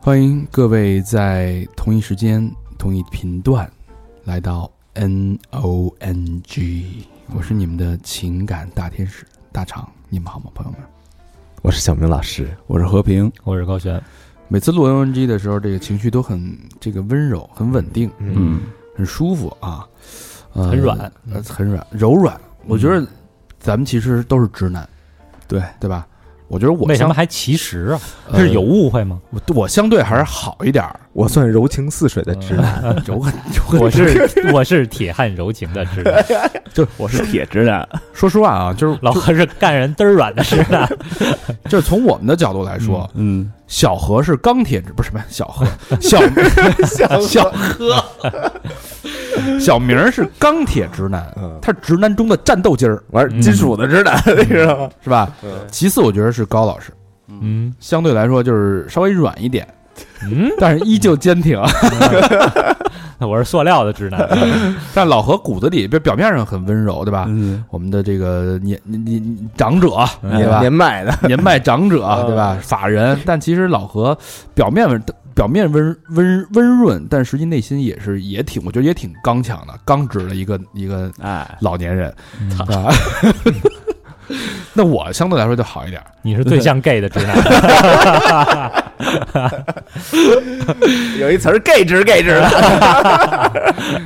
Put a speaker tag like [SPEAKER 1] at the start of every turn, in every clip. [SPEAKER 1] 欢迎各位在同一时间、同一频段来到 N O N G，我是你们的情感大天使大厂，你们好吗，朋友们？
[SPEAKER 2] 我是小明老师，
[SPEAKER 1] 我是和平。
[SPEAKER 3] 我是高璇，
[SPEAKER 1] 每次录 N O N G 的时候，这个情绪都很这个温柔、很稳定、
[SPEAKER 2] 嗯，
[SPEAKER 1] 很舒服啊，呃、
[SPEAKER 3] 很软嗯
[SPEAKER 1] 呃，很软、柔软。我觉得咱们其实都是直男，
[SPEAKER 2] 对
[SPEAKER 1] 对吧？我觉得我
[SPEAKER 3] 为什
[SPEAKER 1] 相
[SPEAKER 3] 么还其实啊？
[SPEAKER 1] 呃
[SPEAKER 3] 是有误会吗？
[SPEAKER 1] 我我相对还是好一点儿，
[SPEAKER 2] 我算柔情似水的直男，
[SPEAKER 3] 嗯
[SPEAKER 1] 柔很柔很
[SPEAKER 3] 我是 我是铁汉柔情的 直男，
[SPEAKER 4] 我是铁直男，
[SPEAKER 1] 说实话啊，就是
[SPEAKER 3] 老何是干人嘚儿软的直男，
[SPEAKER 1] 就是从我们的角度来说，
[SPEAKER 4] 嗯，
[SPEAKER 1] 小何是钢铁直，不是不是小 何，小小小何，小明儿是钢铁直男，
[SPEAKER 2] 嗯，
[SPEAKER 1] 他是直男中的战斗劲儿，
[SPEAKER 2] 玩金属的直男，你知道吗？
[SPEAKER 1] 是吧？其次，我觉得是高老师，
[SPEAKER 3] 嗯
[SPEAKER 1] 相对来说就是稍微软一点，
[SPEAKER 3] 嗯，
[SPEAKER 1] 但是依旧坚 挺。
[SPEAKER 3] 我是塑料的直男，
[SPEAKER 1] 但老何骨子里表表面上很温柔，对吧？
[SPEAKER 2] 嗯
[SPEAKER 1] 我们的这个年年年长者，嗯对
[SPEAKER 2] 年
[SPEAKER 1] 吧？
[SPEAKER 2] 嗯年迈的，
[SPEAKER 1] 年迈长者，
[SPEAKER 2] 嗯
[SPEAKER 1] 对吧？法人，但其实老何表面温表面温温温润，但实际内心也是也挺，我觉得也挺刚强的，刚直的一个一个
[SPEAKER 4] 哎，
[SPEAKER 1] 老年人啊。 那我相对来说就好一点，
[SPEAKER 3] 你是最像 gay 的直男，
[SPEAKER 2] 有一词儿 gay 直 gay 直的，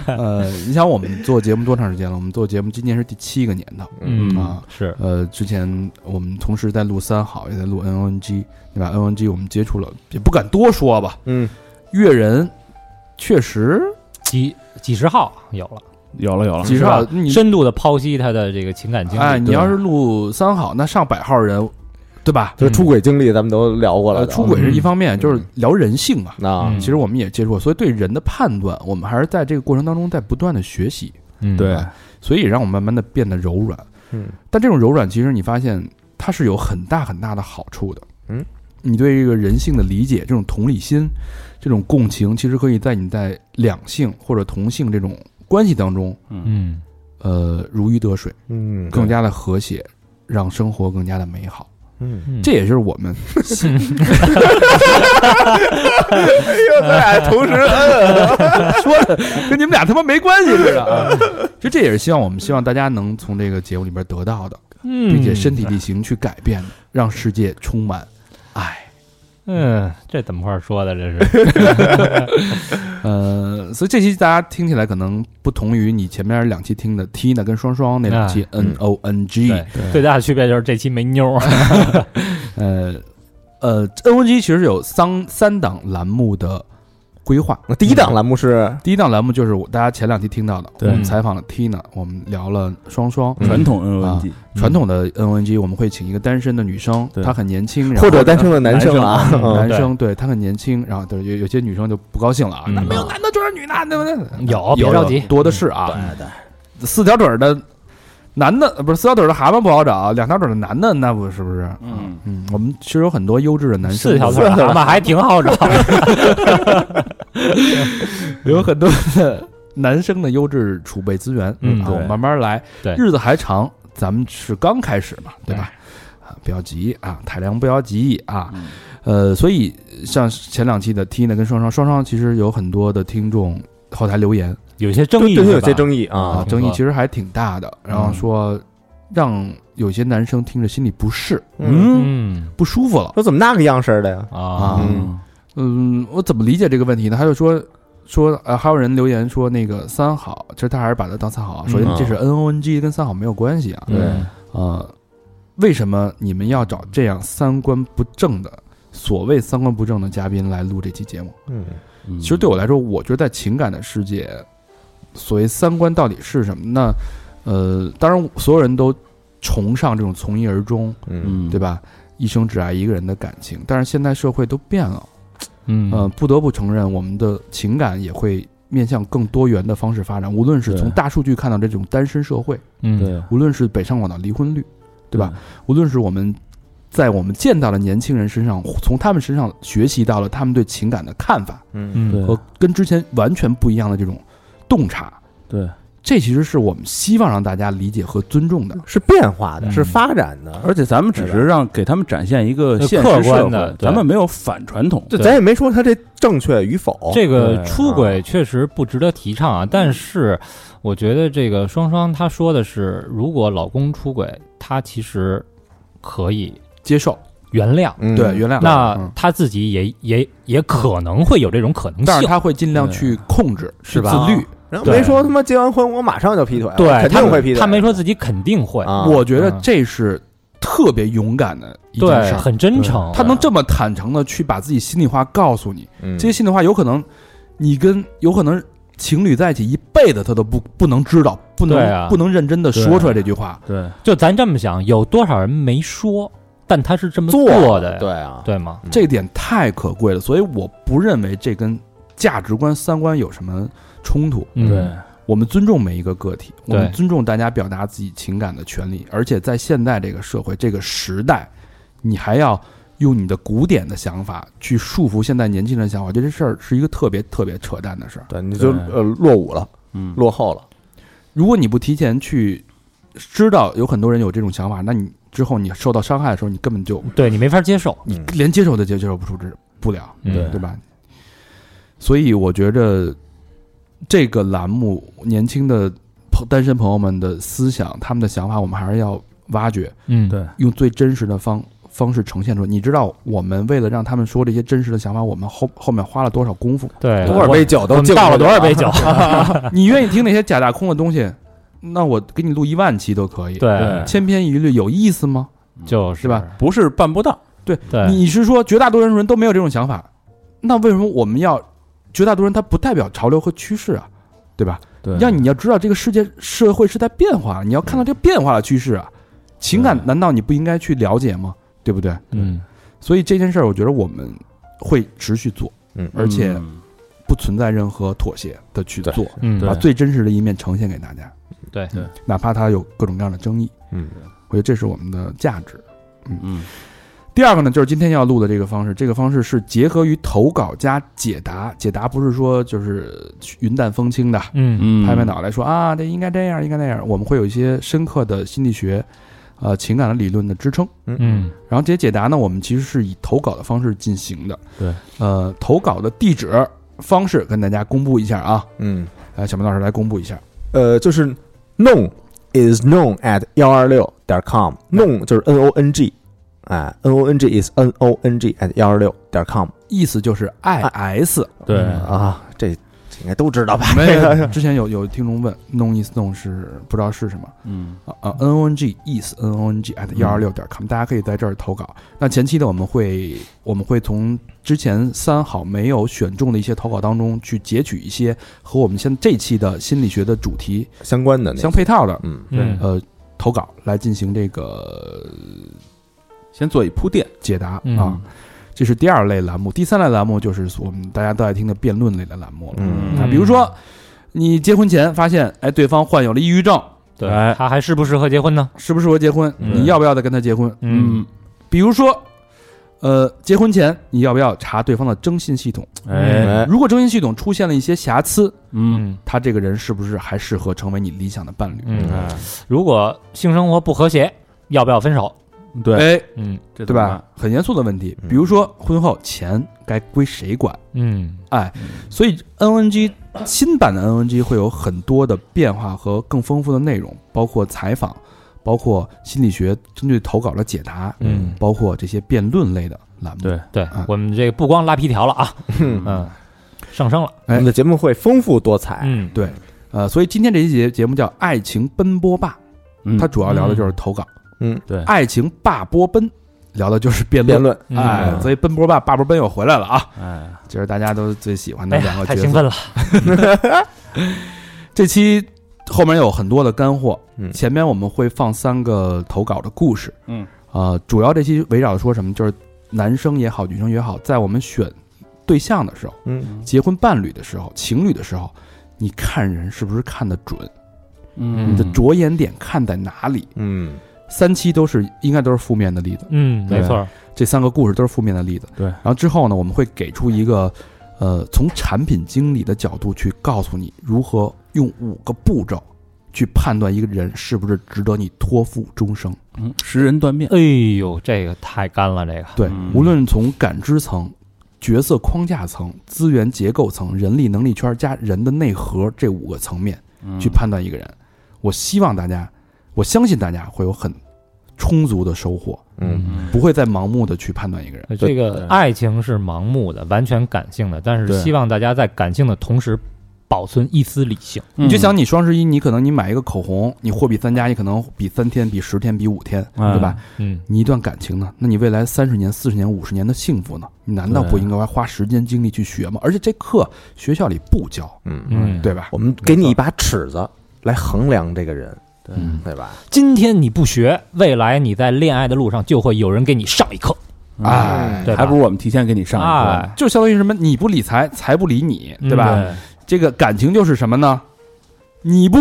[SPEAKER 1] 呃，你想我们做节目多长时间了？我们做节目今年是第七个年头，啊
[SPEAKER 3] 嗯，是
[SPEAKER 1] 呃，之前我们同时在录三好，也在录 N O N G，对吧？N O N G 我们接触了，也不敢多说吧。
[SPEAKER 2] 嗯，
[SPEAKER 1] 阅人确实
[SPEAKER 3] 几几十号有了，
[SPEAKER 4] 有了有了，
[SPEAKER 1] 几十号，你
[SPEAKER 3] 深度的剖析他的这个情感经历。
[SPEAKER 1] 哎，你
[SPEAKER 3] 对
[SPEAKER 1] 要是录三好，那上百号人，对吧？
[SPEAKER 2] 就是出轨经历，咱们都聊过了
[SPEAKER 1] 呃，
[SPEAKER 2] 都，
[SPEAKER 1] 出轨是一方面，
[SPEAKER 2] 嗯
[SPEAKER 1] 就是聊人性嘛。
[SPEAKER 2] 啊
[SPEAKER 3] 嗯
[SPEAKER 1] 其实我们也接触过，所以对人的判断，我们还是在这个过程当中在不断的学习，
[SPEAKER 3] 嗯
[SPEAKER 4] 对，
[SPEAKER 1] 所以也让我们慢慢的变得柔软。
[SPEAKER 2] 嗯，
[SPEAKER 1] 但这种柔软，其实你发现它是有很大很大的好处的。
[SPEAKER 2] 嗯，
[SPEAKER 1] 你对这个人性的理解，这种同理心，这种共情，其实可以在你在两性或者同性这种关系当中，
[SPEAKER 3] 嗯
[SPEAKER 1] 呃，如鱼得水，
[SPEAKER 2] 嗯，
[SPEAKER 1] 更加的和谐，让生活更加的美好。
[SPEAKER 2] 嗯，
[SPEAKER 3] 嗯
[SPEAKER 1] 这也就是我 们
[SPEAKER 2] 哎呦，咱俩同时嗯摁，
[SPEAKER 1] 说的跟你们俩他妈没关系似的啊！其实这也是希望我们希望大家能从这个节目里边得到的，
[SPEAKER 3] 嗯
[SPEAKER 1] 并且身体力行去改变的，让世界充满爱。
[SPEAKER 3] 嗯，这怎么话说的？这 是
[SPEAKER 1] 呃，所以这期大家听起来可能不同于你前面两期听的 Tina 跟双双那两期 N O N G，
[SPEAKER 3] 对最大的区别就是这期没妞儿，
[SPEAKER 1] 呃呃，N O N G 其实有三三档栏目的规划。
[SPEAKER 2] 我第一档栏目是
[SPEAKER 1] 第一档栏目就是我大家前两期听到的，我
[SPEAKER 4] 对
[SPEAKER 1] 们采访了 Tina，我们聊了双双，
[SPEAKER 2] 嗯
[SPEAKER 4] 传统 N O N G，
[SPEAKER 1] 传统的 N O N G，我们会请一个单身的女生，
[SPEAKER 4] 对
[SPEAKER 1] 她很年轻，然后
[SPEAKER 2] 或者单身的男生啊，
[SPEAKER 4] 男生
[SPEAKER 2] 嗯
[SPEAKER 1] 男生对她很年轻，然后对有有些女生就不高兴了啊，
[SPEAKER 3] 嗯
[SPEAKER 1] 那没有男的就是女的，对不对？
[SPEAKER 3] 有别
[SPEAKER 1] 有
[SPEAKER 3] 着急，嗯
[SPEAKER 1] 多的是啊，
[SPEAKER 4] 对对，
[SPEAKER 1] 四条腿儿的男的呃不是四条腿儿的蛤蟆不好找，啊两条腿儿的男的那不是不是？
[SPEAKER 4] 嗯，
[SPEAKER 1] 嗯，我们其实有很多优质的男生，
[SPEAKER 3] 四条腿蛤蟆还挺好找，
[SPEAKER 1] 有很多的男生的优质储备资源，
[SPEAKER 3] 嗯
[SPEAKER 1] 啊，
[SPEAKER 4] 对
[SPEAKER 1] 我们慢慢来，
[SPEAKER 3] 对
[SPEAKER 1] 日子还长，咱们是刚开始嘛，对吧？啊，不要急啊，太凉不要急啊，
[SPEAKER 4] 嗯
[SPEAKER 1] 呃，所以像前两期的 Tina 跟双双，双双其实有很多的听众后台留言
[SPEAKER 3] 有些争
[SPEAKER 2] 对
[SPEAKER 3] 议，
[SPEAKER 2] 对，有些争议啊
[SPEAKER 1] 啊，，争议其实还挺大的，然后说让有些男生听着心里不适，
[SPEAKER 2] 嗯，
[SPEAKER 3] 嗯
[SPEAKER 1] 不舒服了，
[SPEAKER 2] 说怎么那个样式儿的呀？
[SPEAKER 3] 啊
[SPEAKER 1] 啊
[SPEAKER 2] 嗯
[SPEAKER 1] 嗯，我怎么理解这个问题呢？他就说说呃，还有人留言说那个三好，其实他还是把它当三好啊。首先
[SPEAKER 2] 嗯，
[SPEAKER 1] 这是 N O N G 跟三好没有关系啊。
[SPEAKER 2] 对
[SPEAKER 3] 嗯
[SPEAKER 1] 呃，为什么你们要找这样三观不正的所谓三观不正的嘉宾来录这期节目？
[SPEAKER 2] 嗯，
[SPEAKER 1] 其实对我来说，我觉得在情感的世界，所谓三观到底是什么？那呃，当然所有人都崇尚这种从一而终，
[SPEAKER 2] 嗯
[SPEAKER 4] 嗯，
[SPEAKER 1] 对吧？一生只爱一个人的感情，但是现在社会都变了，
[SPEAKER 3] 嗯
[SPEAKER 1] 呃，不得不承认，我们的情感也会面向更多元的方式发展。无论是
[SPEAKER 4] 对
[SPEAKER 1] 从大数据看到这种单身社会，
[SPEAKER 3] 嗯，
[SPEAKER 4] 对
[SPEAKER 1] 无论是北上广的离婚率，对吧？？无论是我们在我们见到的年轻人身上，从他们身上学习到了他们对情感的看法
[SPEAKER 2] 嗯，
[SPEAKER 3] 嗯，
[SPEAKER 4] 对
[SPEAKER 1] 和跟之前完全不一样的这种洞察，
[SPEAKER 4] 对，
[SPEAKER 1] 这其实是我们希望让大家理解和尊重的。
[SPEAKER 2] 是变化的，
[SPEAKER 3] 嗯
[SPEAKER 2] 是发展的，
[SPEAKER 4] 而且咱们只是让给他们展现一个
[SPEAKER 3] 对
[SPEAKER 4] 现
[SPEAKER 3] 客
[SPEAKER 4] 实
[SPEAKER 3] 观
[SPEAKER 4] 社
[SPEAKER 3] 的
[SPEAKER 4] 会，
[SPEAKER 3] 对
[SPEAKER 4] 咱们没有反传统。
[SPEAKER 2] 就
[SPEAKER 3] 对
[SPEAKER 2] 咱也没说他这正确与否。
[SPEAKER 3] 这个
[SPEAKER 4] 对
[SPEAKER 3] 出轨确实不值得提倡啊，但是我觉得这个双双她说的是，如果老公出轨，她其实可以
[SPEAKER 1] 接受，
[SPEAKER 3] 原谅，
[SPEAKER 2] 嗯
[SPEAKER 1] 对，原谅。
[SPEAKER 3] 那
[SPEAKER 1] 嗯
[SPEAKER 3] 她自己也也也可能会有这种可能
[SPEAKER 1] 但是
[SPEAKER 3] 性，
[SPEAKER 1] 他会尽量去控制，
[SPEAKER 3] 是吧
[SPEAKER 1] 去自律。
[SPEAKER 2] 然后没说他妈结完婚我马上就劈腿，
[SPEAKER 3] 对，
[SPEAKER 2] 肯
[SPEAKER 3] 她
[SPEAKER 2] 定会劈腿。
[SPEAKER 3] 她没说自己肯定会，
[SPEAKER 2] 啊，
[SPEAKER 1] 我觉得
[SPEAKER 3] 嗯
[SPEAKER 1] 这是特别勇敢的一件
[SPEAKER 3] 对
[SPEAKER 1] 事，儿。
[SPEAKER 3] 很真诚，
[SPEAKER 1] 他能这么坦诚的去把自己心里话告诉你，
[SPEAKER 2] 嗯
[SPEAKER 1] 这些心里话有可能，你跟有可能情侣在一起一辈子，他都不不能知道，不能、
[SPEAKER 3] 对啊
[SPEAKER 1] 不能认真的说出来这句话。
[SPEAKER 4] 对，
[SPEAKER 3] 就咱这么想，有多少人没说，但他是这么
[SPEAKER 2] 做
[SPEAKER 3] 的呀？
[SPEAKER 2] 对啊，
[SPEAKER 3] 对吗？
[SPEAKER 1] 这点太可贵了，所以我不认为这跟价值观、三观有什么冲突。
[SPEAKER 3] 嗯
[SPEAKER 4] 对，
[SPEAKER 1] 我们尊重每一个个体，我
[SPEAKER 3] 对
[SPEAKER 1] 们尊重大家表达自己情感的权利，而且在现在这个社会、这个时代，你还要用你的古典的想法去束缚现在年轻人的想法，这件事儿是一个特别特别扯淡的事儿。
[SPEAKER 2] 对，你就
[SPEAKER 4] 对
[SPEAKER 2] 呃落伍了，
[SPEAKER 4] 嗯，
[SPEAKER 2] 落后了。
[SPEAKER 1] 如果你不提前去知道有很多人有这种想法，那你之后你受到伤害的时候，你根本就
[SPEAKER 3] 对你没法接受，
[SPEAKER 1] 你连接受都接受不出之不了，
[SPEAKER 3] 嗯
[SPEAKER 1] 对吧？所以我觉着这个栏目年轻的朋单身朋友们的思想，他们的想法，我们还是要挖掘，
[SPEAKER 3] 嗯，
[SPEAKER 4] 对，
[SPEAKER 1] 用最真实的方方式呈现出来。你知道，我们为了让他们说这些真实的想法，我们后 后面花了多少功 夫？
[SPEAKER 3] 对，
[SPEAKER 2] 多少杯酒
[SPEAKER 3] 我
[SPEAKER 2] 都
[SPEAKER 3] 我们
[SPEAKER 2] 敬
[SPEAKER 3] 倒了
[SPEAKER 2] 过
[SPEAKER 3] 多少
[SPEAKER 2] 去
[SPEAKER 3] 杯酒？啊
[SPEAKER 1] 你愿意听那些假大空的东西，那我给你录一万期都可以。，
[SPEAKER 3] 对
[SPEAKER 4] 对，
[SPEAKER 1] 千篇一律有意思吗？
[SPEAKER 3] 就是
[SPEAKER 1] 是吧？
[SPEAKER 4] 不是办不到，
[SPEAKER 3] 对，
[SPEAKER 1] 你是说绝大多数人都没有这种想法？那为什么我们要绝大多数人他不代表潮流和趋势啊？对吧？
[SPEAKER 4] 对，
[SPEAKER 1] 让你要知道这个世界社会是在变化，你要看到这个变化的趋势啊。情感
[SPEAKER 4] 对
[SPEAKER 1] 难道你不应该去了解吗？对不对？
[SPEAKER 3] 嗯，
[SPEAKER 1] 所以这件事儿，我觉得我们会持续做，
[SPEAKER 2] 嗯
[SPEAKER 1] 而且
[SPEAKER 4] 嗯
[SPEAKER 1] 不存在任何妥协的去做，
[SPEAKER 3] 嗯，
[SPEAKER 4] 对
[SPEAKER 1] 把最真实的一面呈现给大家，
[SPEAKER 3] 对
[SPEAKER 4] 对
[SPEAKER 1] 哪怕它有各种各样的争议，
[SPEAKER 2] 嗯，
[SPEAKER 1] 我觉得这是我们的价值。
[SPEAKER 4] 嗯，
[SPEAKER 1] 第二个呢，就是今天要录的这个方式，这个方式是结合于投稿加解答，解答不是说就是云淡风轻的，
[SPEAKER 3] 嗯
[SPEAKER 4] 嗯
[SPEAKER 1] 拍拍脑袋说啊，这应该这样，应该那样，我们会有一些深刻的心理学，呃，情感的理论的支撑。
[SPEAKER 3] 嗯
[SPEAKER 1] 然后这些解答呢，我们其实是以投稿的方式进行的。
[SPEAKER 4] 对，
[SPEAKER 1] 呃，投稿的地址方式跟大家公布一下啊，
[SPEAKER 2] 嗯，
[SPEAKER 1] 来，小明老师来公布一下。
[SPEAKER 2] 呃，就是 known is known at 幺二六点 com，known 就是 n o n g，哎，n o n g is n o n g at 幺二六点 com
[SPEAKER 1] 意思就是 I S，
[SPEAKER 4] 对
[SPEAKER 3] 嗯
[SPEAKER 2] 啊，这应该都知道吧？
[SPEAKER 1] 之前有有听众问，non is non 是不知道是什么
[SPEAKER 4] 嗯
[SPEAKER 1] 啊啊，n o n g is n o n g
[SPEAKER 3] 嗯
[SPEAKER 1] at 幺二六点 com，大家可以在这儿投稿。那前期的我们会我们会从之前三好没有选中的一些投稿当中去截取一些和我们现这期的心理学的主题
[SPEAKER 2] 相关的那
[SPEAKER 1] 相，配套的
[SPEAKER 2] 嗯，
[SPEAKER 3] 嗯
[SPEAKER 1] 呃投稿来进行这个
[SPEAKER 4] 先做一铺垫，
[SPEAKER 1] 解答
[SPEAKER 3] 嗯
[SPEAKER 1] 啊。这是第二类栏目，第三类栏目就是我们大家都爱听的辩论类的栏目了。
[SPEAKER 2] 嗯
[SPEAKER 1] 啊，比如说你结婚前发现，哎，对方患有了抑郁症，
[SPEAKER 3] 对
[SPEAKER 4] 哎，
[SPEAKER 3] 他还适不适合结婚呢？
[SPEAKER 1] 适不适合结婚？
[SPEAKER 3] 嗯
[SPEAKER 1] 你要不要再跟他结婚？
[SPEAKER 3] 嗯，
[SPEAKER 1] 比如说，呃，结婚前你要不要查对方的征信系统？
[SPEAKER 4] 哎，
[SPEAKER 2] 哎，
[SPEAKER 1] 如果征信系统出现了一些瑕疵，
[SPEAKER 4] 嗯，
[SPEAKER 1] 他这个人是不是还适合成为你理想的伴侣？
[SPEAKER 3] 嗯，如果性生活不和谐，要不要分手？
[SPEAKER 4] 对，
[SPEAKER 1] 哎，
[SPEAKER 3] 嗯
[SPEAKER 4] 这
[SPEAKER 1] 对
[SPEAKER 4] 怎么办
[SPEAKER 1] 吧？？很严肃的问题。
[SPEAKER 2] 嗯
[SPEAKER 1] 比如说，婚后钱该归谁管？
[SPEAKER 3] 嗯
[SPEAKER 1] 所以 NNG 新版的 NNG 会有很多的变化和更丰富的内容，包括采访，包括心理学针对投稿的解答，
[SPEAKER 3] 嗯，
[SPEAKER 1] 包括这些辩论类的栏目。
[SPEAKER 4] 对
[SPEAKER 3] 对
[SPEAKER 1] 啊
[SPEAKER 3] 我们这个不光拉皮条了啊，嗯，上升了，
[SPEAKER 2] 我们的节目会丰富多彩，
[SPEAKER 3] 嗯，
[SPEAKER 1] 对，呃，所以今天这期节节目叫《爱情奔波吧》，
[SPEAKER 4] 嗯
[SPEAKER 1] 它主要聊的就是投稿。
[SPEAKER 2] 嗯
[SPEAKER 4] 对
[SPEAKER 1] 爱情霸波奔聊的就是辩
[SPEAKER 2] 辩
[SPEAKER 1] 论。
[SPEAKER 2] 论，
[SPEAKER 3] 嗯
[SPEAKER 1] 哎，所以奔波吧，霸波奔又回来了啊！
[SPEAKER 4] 哎，
[SPEAKER 1] 这是大家都最喜欢
[SPEAKER 3] 哎
[SPEAKER 1] 的两
[SPEAKER 3] 呀，
[SPEAKER 1] 个
[SPEAKER 3] 太
[SPEAKER 1] 角
[SPEAKER 3] 兴
[SPEAKER 1] 色。
[SPEAKER 3] 奋了，
[SPEAKER 1] 这期后面有很多的干货，
[SPEAKER 2] 嗯
[SPEAKER 1] 前面我们会放三个投稿的故事，
[SPEAKER 4] 嗯，
[SPEAKER 1] 呃，主要这期围绕说什么，就是男生也好，女生也好，在我们选对象的时候，
[SPEAKER 2] 嗯，
[SPEAKER 1] 结婚伴侣的时候，情侣的时候，你看人是不是看得准？
[SPEAKER 4] 嗯
[SPEAKER 1] 你的着眼点看在哪里？
[SPEAKER 2] 嗯，
[SPEAKER 1] 三期都是应该都是负面的例子，
[SPEAKER 3] 嗯，
[SPEAKER 1] 对
[SPEAKER 3] 没错儿，
[SPEAKER 1] 这三个故事都是负面的例子。
[SPEAKER 4] 对
[SPEAKER 1] 然后之后呢，我们会给出一个，呃，从产品经理的角度去告诉你如何用五个步骤去判断一个人是不是值得你托付终生。
[SPEAKER 4] 嗯识人断面，
[SPEAKER 3] 哎呦，这个太干了，这个
[SPEAKER 1] 对，
[SPEAKER 4] 嗯
[SPEAKER 1] 无论从感知层、角色框架层、资源结构层、人力能力圈加人的内核这五个层面
[SPEAKER 4] 嗯
[SPEAKER 1] 去判断一个人，我希望大家，我相信大家会有很充足的收获，
[SPEAKER 2] 嗯，
[SPEAKER 1] 不会再盲目的去判断一个人。
[SPEAKER 3] 呃这个爱情是盲目的，完全感性的，但是
[SPEAKER 4] 对
[SPEAKER 3] 希望大家在感性的同时保存一丝理性。
[SPEAKER 4] 你
[SPEAKER 1] 你就想你双十一，你可能你买一个口红，你货比三家，你可能比三天、比十天、比五天，
[SPEAKER 4] 嗯
[SPEAKER 1] 对吧？
[SPEAKER 3] 嗯，
[SPEAKER 1] 你一段感情呢？那你未来三十年、四十年、五十年的幸福呢？你难道不应该花时间精力去学吗？而且这课学校里不教，
[SPEAKER 2] 嗯，
[SPEAKER 3] 嗯
[SPEAKER 1] 对吧？
[SPEAKER 2] 我们给你一把尺子来衡量这个人，对
[SPEAKER 3] 嗯
[SPEAKER 2] 对吧？
[SPEAKER 3] 今天你不学，未来你在恋爱的路上就会有人给你上一课。
[SPEAKER 1] 哎，
[SPEAKER 3] 对吧
[SPEAKER 4] 还不如我们提前给你上一
[SPEAKER 3] 哎
[SPEAKER 4] 课。
[SPEAKER 1] 就相当于什么？你不理财，财不理你，对吧？
[SPEAKER 3] 嗯
[SPEAKER 1] 这个感情就是什么呢？你不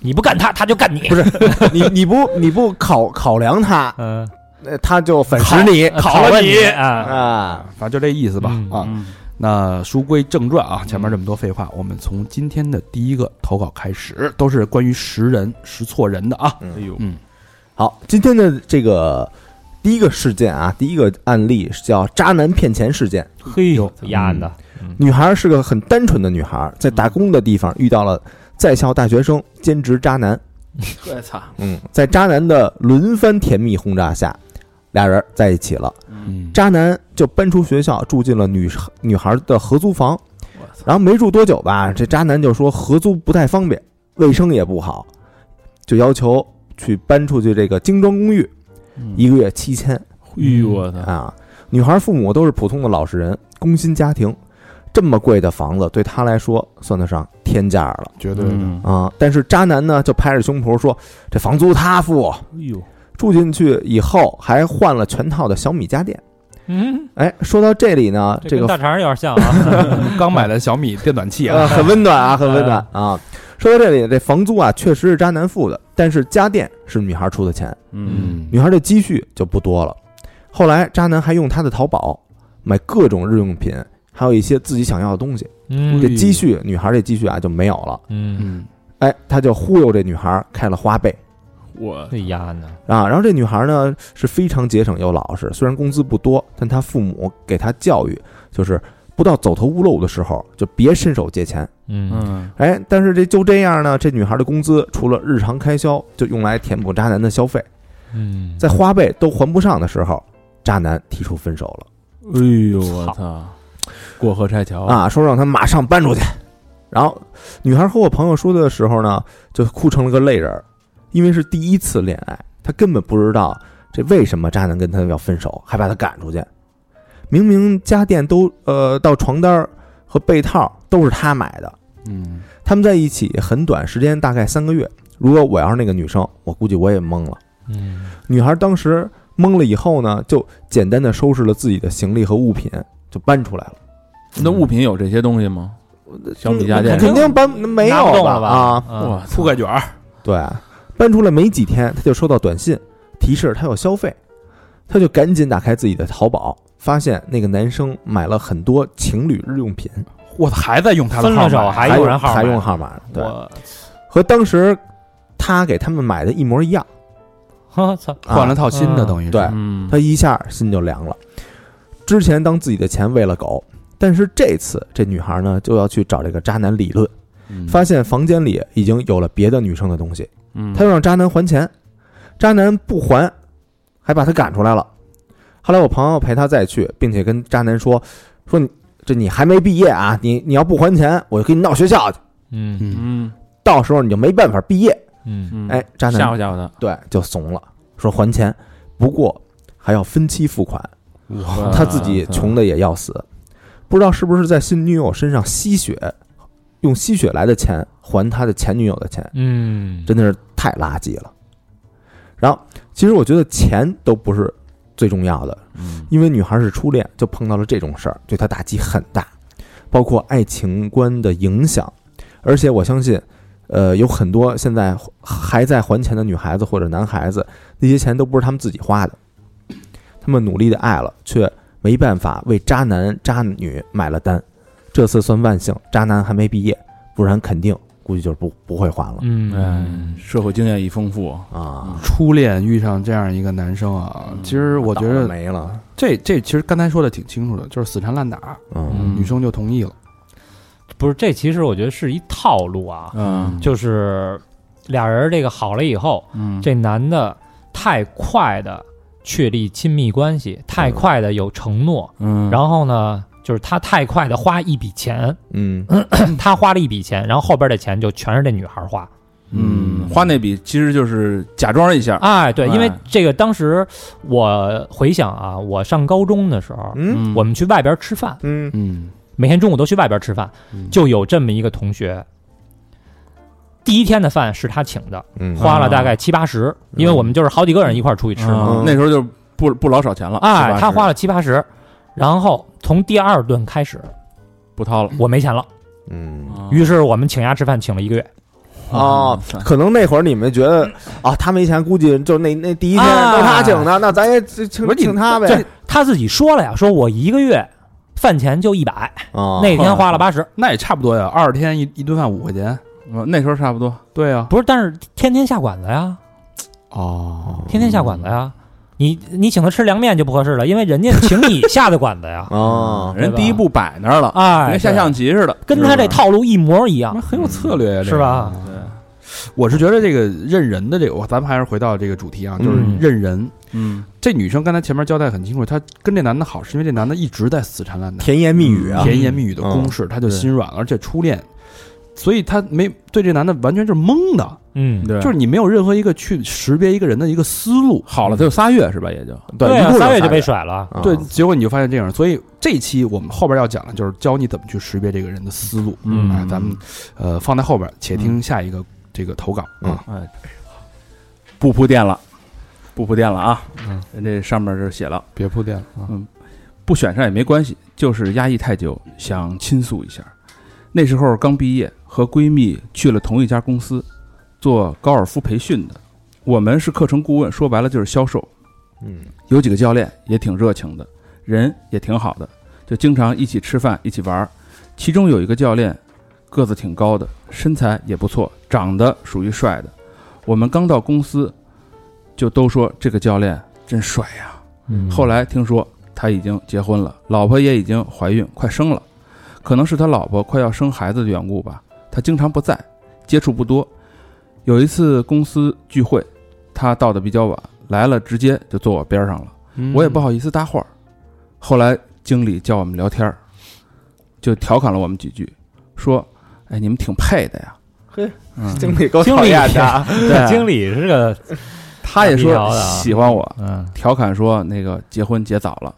[SPEAKER 3] 你不干他，他就干你。
[SPEAKER 2] 不是你你不你不考考量他，
[SPEAKER 3] 嗯，
[SPEAKER 2] 呃他就粉饰你呃嗯
[SPEAKER 3] 考了
[SPEAKER 2] 问
[SPEAKER 3] 你啊，
[SPEAKER 2] 啊，
[SPEAKER 1] 反正就这意思吧、
[SPEAKER 3] 嗯
[SPEAKER 1] 啊。
[SPEAKER 4] 嗯
[SPEAKER 1] 那书归正传啊，前面这么多废话，我们从今天的第一个投稿开始，都是关于识人、识错人的啊。
[SPEAKER 4] 哎呦，
[SPEAKER 1] 嗯，
[SPEAKER 2] 好，今天的这个第一个事件啊，第一个案例是叫渣男骗钱事件。
[SPEAKER 3] 嘿呦，压案的，
[SPEAKER 2] 女孩是个很单纯的女孩，在打工的地方遇到了在校大学生兼职渣男。
[SPEAKER 4] 我操，
[SPEAKER 2] 嗯，在渣男的轮番甜蜜轰炸下，俩人在一起了。
[SPEAKER 1] 嗯
[SPEAKER 2] 渣男就搬出学校，住进了女女孩的合租房。
[SPEAKER 4] 我操，
[SPEAKER 2] 然后没住多久吧，这渣男就说合租不太方便，卫生也不好，就要求去搬出去这个精装公寓，
[SPEAKER 4] 嗯
[SPEAKER 2] 一个月七千
[SPEAKER 4] 哎呦我操，
[SPEAKER 2] 啊。女孩父母都是普通的老实人，工薪家庭，这么贵的房子对她来说算得上天价了
[SPEAKER 1] 绝对的。
[SPEAKER 4] 嗯，
[SPEAKER 2] 啊。但是渣男呢，就拍着胸脯说这房租他付，
[SPEAKER 4] 哎呦，
[SPEAKER 2] 住进去以后还换了全套的小米家电。
[SPEAKER 3] 嗯，
[SPEAKER 2] 哎，说到这里呢，
[SPEAKER 3] 这
[SPEAKER 2] 这
[SPEAKER 3] 跟
[SPEAKER 2] 个
[SPEAKER 3] 大肠有点像 啊。
[SPEAKER 1] 刚买的小米电暖器
[SPEAKER 2] 呃，
[SPEAKER 1] 啊，
[SPEAKER 2] 很温暖啊，很温暖啊。说到这里，这房租啊确实是渣男付的，但是家电是女孩出的钱，
[SPEAKER 4] 嗯，
[SPEAKER 2] 女孩的积蓄就不多了。后来渣男还用她的淘宝买各种日用品，还有一些自己想要的东西。这
[SPEAKER 3] 嗯
[SPEAKER 2] 积蓄，女孩这积蓄啊就没有了。
[SPEAKER 3] 嗯，
[SPEAKER 1] 嗯，
[SPEAKER 2] 哎，他就忽悠这女孩开了花呗
[SPEAKER 4] 我
[SPEAKER 3] 这压案的，
[SPEAKER 2] 啊。然后这女孩呢是非常节省又老实，虽然工资不多，但她父母给她教育就是不到走投无路的时候就别伸手借钱。
[SPEAKER 3] 嗯
[SPEAKER 4] 嗯
[SPEAKER 2] 哎，但是这就这样呢，这女孩的工资除了日常开销，就用来填补渣男的消费，
[SPEAKER 3] 嗯，
[SPEAKER 2] 在花呗都还不上的时候，渣男提出分手了
[SPEAKER 4] 哎呦我操，过河拆桥，
[SPEAKER 2] 啊，说让她马上搬出去。然后，女孩和我朋友说的时候呢，就哭成了个泪人儿，因为是第一次恋爱，她根本不知道这为什么渣男跟她要分手，还把她赶出去。明明家电都呃到床单儿和被套都是她买的，
[SPEAKER 1] 嗯，
[SPEAKER 2] 他们在一起很短时间，大概三个月。如果我要是那个女生，我估计我也懵了。
[SPEAKER 3] 嗯
[SPEAKER 2] 女孩当时懵了以后呢，就简单的收拾了自己的行李和物品，就搬出来了。
[SPEAKER 4] 那物品有这些东西吗？
[SPEAKER 1] 呃
[SPEAKER 4] 小米家电
[SPEAKER 2] 肯定搬没
[SPEAKER 3] 拿不
[SPEAKER 2] 有
[SPEAKER 3] 动了
[SPEAKER 2] 啊？
[SPEAKER 3] 吧？嗯
[SPEAKER 4] 我操
[SPEAKER 1] 铺盖卷儿，
[SPEAKER 2] 对，搬出来没几天，她就收到短信提示她要消费，她就赶紧打开自己的淘宝，发现那个男生买了很多情侣日用品，
[SPEAKER 1] 我还在用他的
[SPEAKER 3] 分
[SPEAKER 1] 号码
[SPEAKER 3] 了手
[SPEAKER 1] 呀，
[SPEAKER 3] 还有人号，
[SPEAKER 2] 还用，号码，对，
[SPEAKER 3] 我
[SPEAKER 2] 和当时他给他们买的一模一样。
[SPEAKER 3] 我操，
[SPEAKER 2] 啊
[SPEAKER 1] 换了套新的，
[SPEAKER 3] 嗯
[SPEAKER 1] 等于是
[SPEAKER 2] 对
[SPEAKER 4] 嗯，
[SPEAKER 2] 他一下心就凉了。之前当自己的钱喂了狗，但是这次这女孩呢就要去找这个渣男理论，
[SPEAKER 4] 嗯
[SPEAKER 2] 发现房间里已经有了别的女生的东西，
[SPEAKER 4] 嗯
[SPEAKER 2] 她又让渣男还钱，渣男不还，还把她赶出来了。后来我朋友陪她再去，并且跟渣男说：“说你这你还没毕业啊，你你要不还钱，我就给你闹学校去，
[SPEAKER 3] 嗯
[SPEAKER 1] 嗯，
[SPEAKER 4] 嗯
[SPEAKER 2] 到时候你就没办法毕业。
[SPEAKER 3] 嗯”
[SPEAKER 4] 嗯，
[SPEAKER 2] 哎，渣
[SPEAKER 4] 吓
[SPEAKER 2] 男
[SPEAKER 4] 唬吓唬
[SPEAKER 2] 对就怂了，说还钱，不过还要分期付款。
[SPEAKER 4] 他，
[SPEAKER 2] 他自己穷的也要死，不知道是不是在新女友身上吸血，用吸血来的钱还他的前女友的钱，
[SPEAKER 3] 嗯，
[SPEAKER 2] 真的是太垃圾了。然后，其实我觉得钱都不是最重要的，
[SPEAKER 4] 嗯
[SPEAKER 2] 因为女孩是初恋，就碰到了这种事儿，对她打击很大，包括爱情观的影响。而且我相信，呃，有很多现在还在还钱的女孩子或者男孩子，那些钱都不是他们自己花的，他们努力的爱了，却没办法为渣男渣女买了单。这次算万幸，渣男还没毕业，不然肯定估计就是不不会还了
[SPEAKER 3] 嗯，
[SPEAKER 4] 哎，社会经验已丰富，
[SPEAKER 2] 啊。
[SPEAKER 1] 初恋遇上这样一个男生啊，
[SPEAKER 4] 嗯
[SPEAKER 1] 其实我觉
[SPEAKER 2] 倒了
[SPEAKER 1] 得
[SPEAKER 2] 没了，
[SPEAKER 1] 这这其实刚才说的挺清楚的，就是死缠烂打，
[SPEAKER 2] 嗯
[SPEAKER 1] 女生就同意了。
[SPEAKER 3] 不是，这其实我觉得是一套路啊，
[SPEAKER 4] 嗯
[SPEAKER 3] 就是俩人这个好了以后，
[SPEAKER 4] 嗯，
[SPEAKER 3] 这男的太快的确立亲密关系，太快的有承诺，
[SPEAKER 4] 嗯，后
[SPEAKER 3] 然后呢，就是他太快的花一笔钱，
[SPEAKER 2] 嗯，
[SPEAKER 3] 他花了一笔钱，然后后边的钱就全是这女孩花。
[SPEAKER 4] 嗯，花那笔其实就是假装一下，
[SPEAKER 3] 哎，对，因为
[SPEAKER 4] 哎
[SPEAKER 3] 这个当时我回想啊，我上高中的时候，
[SPEAKER 2] 嗯
[SPEAKER 3] 我们去外边吃饭，
[SPEAKER 2] 嗯
[SPEAKER 1] 嗯，
[SPEAKER 3] 每天中午都去外边吃饭，
[SPEAKER 1] 嗯
[SPEAKER 3] 就有这么一个同学。第一天的饭是他请的，
[SPEAKER 2] 嗯
[SPEAKER 3] 花了大概七八十，因为我们就是好几个人一块儿出去吃嘛。
[SPEAKER 4] 嗯那时候就不不老少钱了，
[SPEAKER 3] 哎，
[SPEAKER 4] 70
[SPEAKER 3] 他花了七八十，然后从第二顿开始
[SPEAKER 4] 不掏了，
[SPEAKER 3] 我没钱了，
[SPEAKER 2] 嗯
[SPEAKER 4] 嗯
[SPEAKER 3] 于是我们请鸭吃饭，请了一个月。
[SPEAKER 2] 哦，
[SPEAKER 3] 嗯
[SPEAKER 2] 可能那会儿你们觉得啊，他没钱，估计就那那第一天
[SPEAKER 3] 啊
[SPEAKER 2] 都他请的，那咱也请
[SPEAKER 3] 不是你
[SPEAKER 2] 请他
[SPEAKER 3] 就是
[SPEAKER 2] 呗。
[SPEAKER 3] 他自己说了呀，说我一个月饭钱就一百，
[SPEAKER 2] 啊，
[SPEAKER 3] 那天花了八十，
[SPEAKER 1] 那也差不多呀，二十天一一顿饭五块钱。
[SPEAKER 4] 嗯那时候差不多，
[SPEAKER 1] 对啊，
[SPEAKER 3] 不是，但是天天下馆子呀，
[SPEAKER 1] 哦，
[SPEAKER 3] 天天下馆子呀，你你请他吃凉面就不合适了，因为人家请你下的馆子 呀，
[SPEAKER 2] 啊，
[SPEAKER 3] 对
[SPEAKER 4] 人
[SPEAKER 3] 吧
[SPEAKER 4] 第一步摆那儿了，
[SPEAKER 3] 哎，
[SPEAKER 4] 跟啊下象棋似的，
[SPEAKER 3] 跟他这套路一模一样
[SPEAKER 1] 那，很有策略呀，这
[SPEAKER 3] 是
[SPEAKER 1] 个啊
[SPEAKER 3] 吧？
[SPEAKER 4] 对，
[SPEAKER 1] 我是觉得这个认人的这个，我咱们还是回到这个主题啊，就是
[SPEAKER 3] 嗯
[SPEAKER 1] 认人。
[SPEAKER 4] 嗯，
[SPEAKER 1] 这女生刚才前面交代很清楚，她跟这男的好，是因为这男的一直在死缠烂打，
[SPEAKER 2] 甜言蜜语啊，
[SPEAKER 1] 甜言蜜语的攻势，她就心软了，而且初恋，所以她没对这男的完全是懵的，
[SPEAKER 3] 嗯，
[SPEAKER 4] 对，
[SPEAKER 1] 就是你没有任何一个去识别一个人的一个思路。
[SPEAKER 4] 好了，他就仨月是吧？也就
[SPEAKER 3] 对
[SPEAKER 2] 一
[SPEAKER 3] 啊，
[SPEAKER 2] 共有
[SPEAKER 3] 三
[SPEAKER 2] 仨
[SPEAKER 3] 月就被甩了，
[SPEAKER 2] 啊
[SPEAKER 1] 对，结果你就发现这样，所以这期我们后边要讲的就是教你怎么去识别这个人的思路。
[SPEAKER 4] 嗯
[SPEAKER 1] 啊，咱们呃放在后边，且听下一个这个投稿
[SPEAKER 2] 嗯
[SPEAKER 1] 啊。
[SPEAKER 4] 不铺垫了，不铺垫了啊，人这上面这写了，
[SPEAKER 1] 别铺垫了啊
[SPEAKER 4] 不选上也没关系，就是压抑太久，想倾诉一下。那时候刚毕业，和闺蜜去了同一家公司，做高尔夫培训的。我们是课程顾问，说白了就是销售。
[SPEAKER 2] 嗯
[SPEAKER 4] 有几个教练也挺热情的，人也挺好的，就经常一起吃饭，一起玩儿。其中有一个教练，个子挺高的，身材也不错，长得属于帅的。我们刚到公司，就都说这个教练真帅呀、嗯
[SPEAKER 3] 嗯
[SPEAKER 4] 后来听说他已经结婚了，老婆也已经怀孕，快生了。可能是他老婆快要生孩子的缘故吧，他经常不在，接触不多。有一次公司聚会，他到的比较晚，来了直接就坐我边上了，
[SPEAKER 1] 嗯
[SPEAKER 3] 嗯
[SPEAKER 4] 我也不好意思搭话儿。后来经理叫我们聊天儿，就调侃了我们几句，说：“哎，你们挺配的呀。”
[SPEAKER 2] 嘿，
[SPEAKER 4] 嗯，
[SPEAKER 2] 经理够
[SPEAKER 3] 经
[SPEAKER 2] 讨
[SPEAKER 3] 理
[SPEAKER 2] 厌的 啊，
[SPEAKER 4] 对
[SPEAKER 3] 经理是个，
[SPEAKER 4] 他也
[SPEAKER 3] 挺
[SPEAKER 4] 说
[SPEAKER 3] 无聊的啊
[SPEAKER 4] 喜欢我，
[SPEAKER 3] 嗯
[SPEAKER 4] 调侃说那个结婚结早了。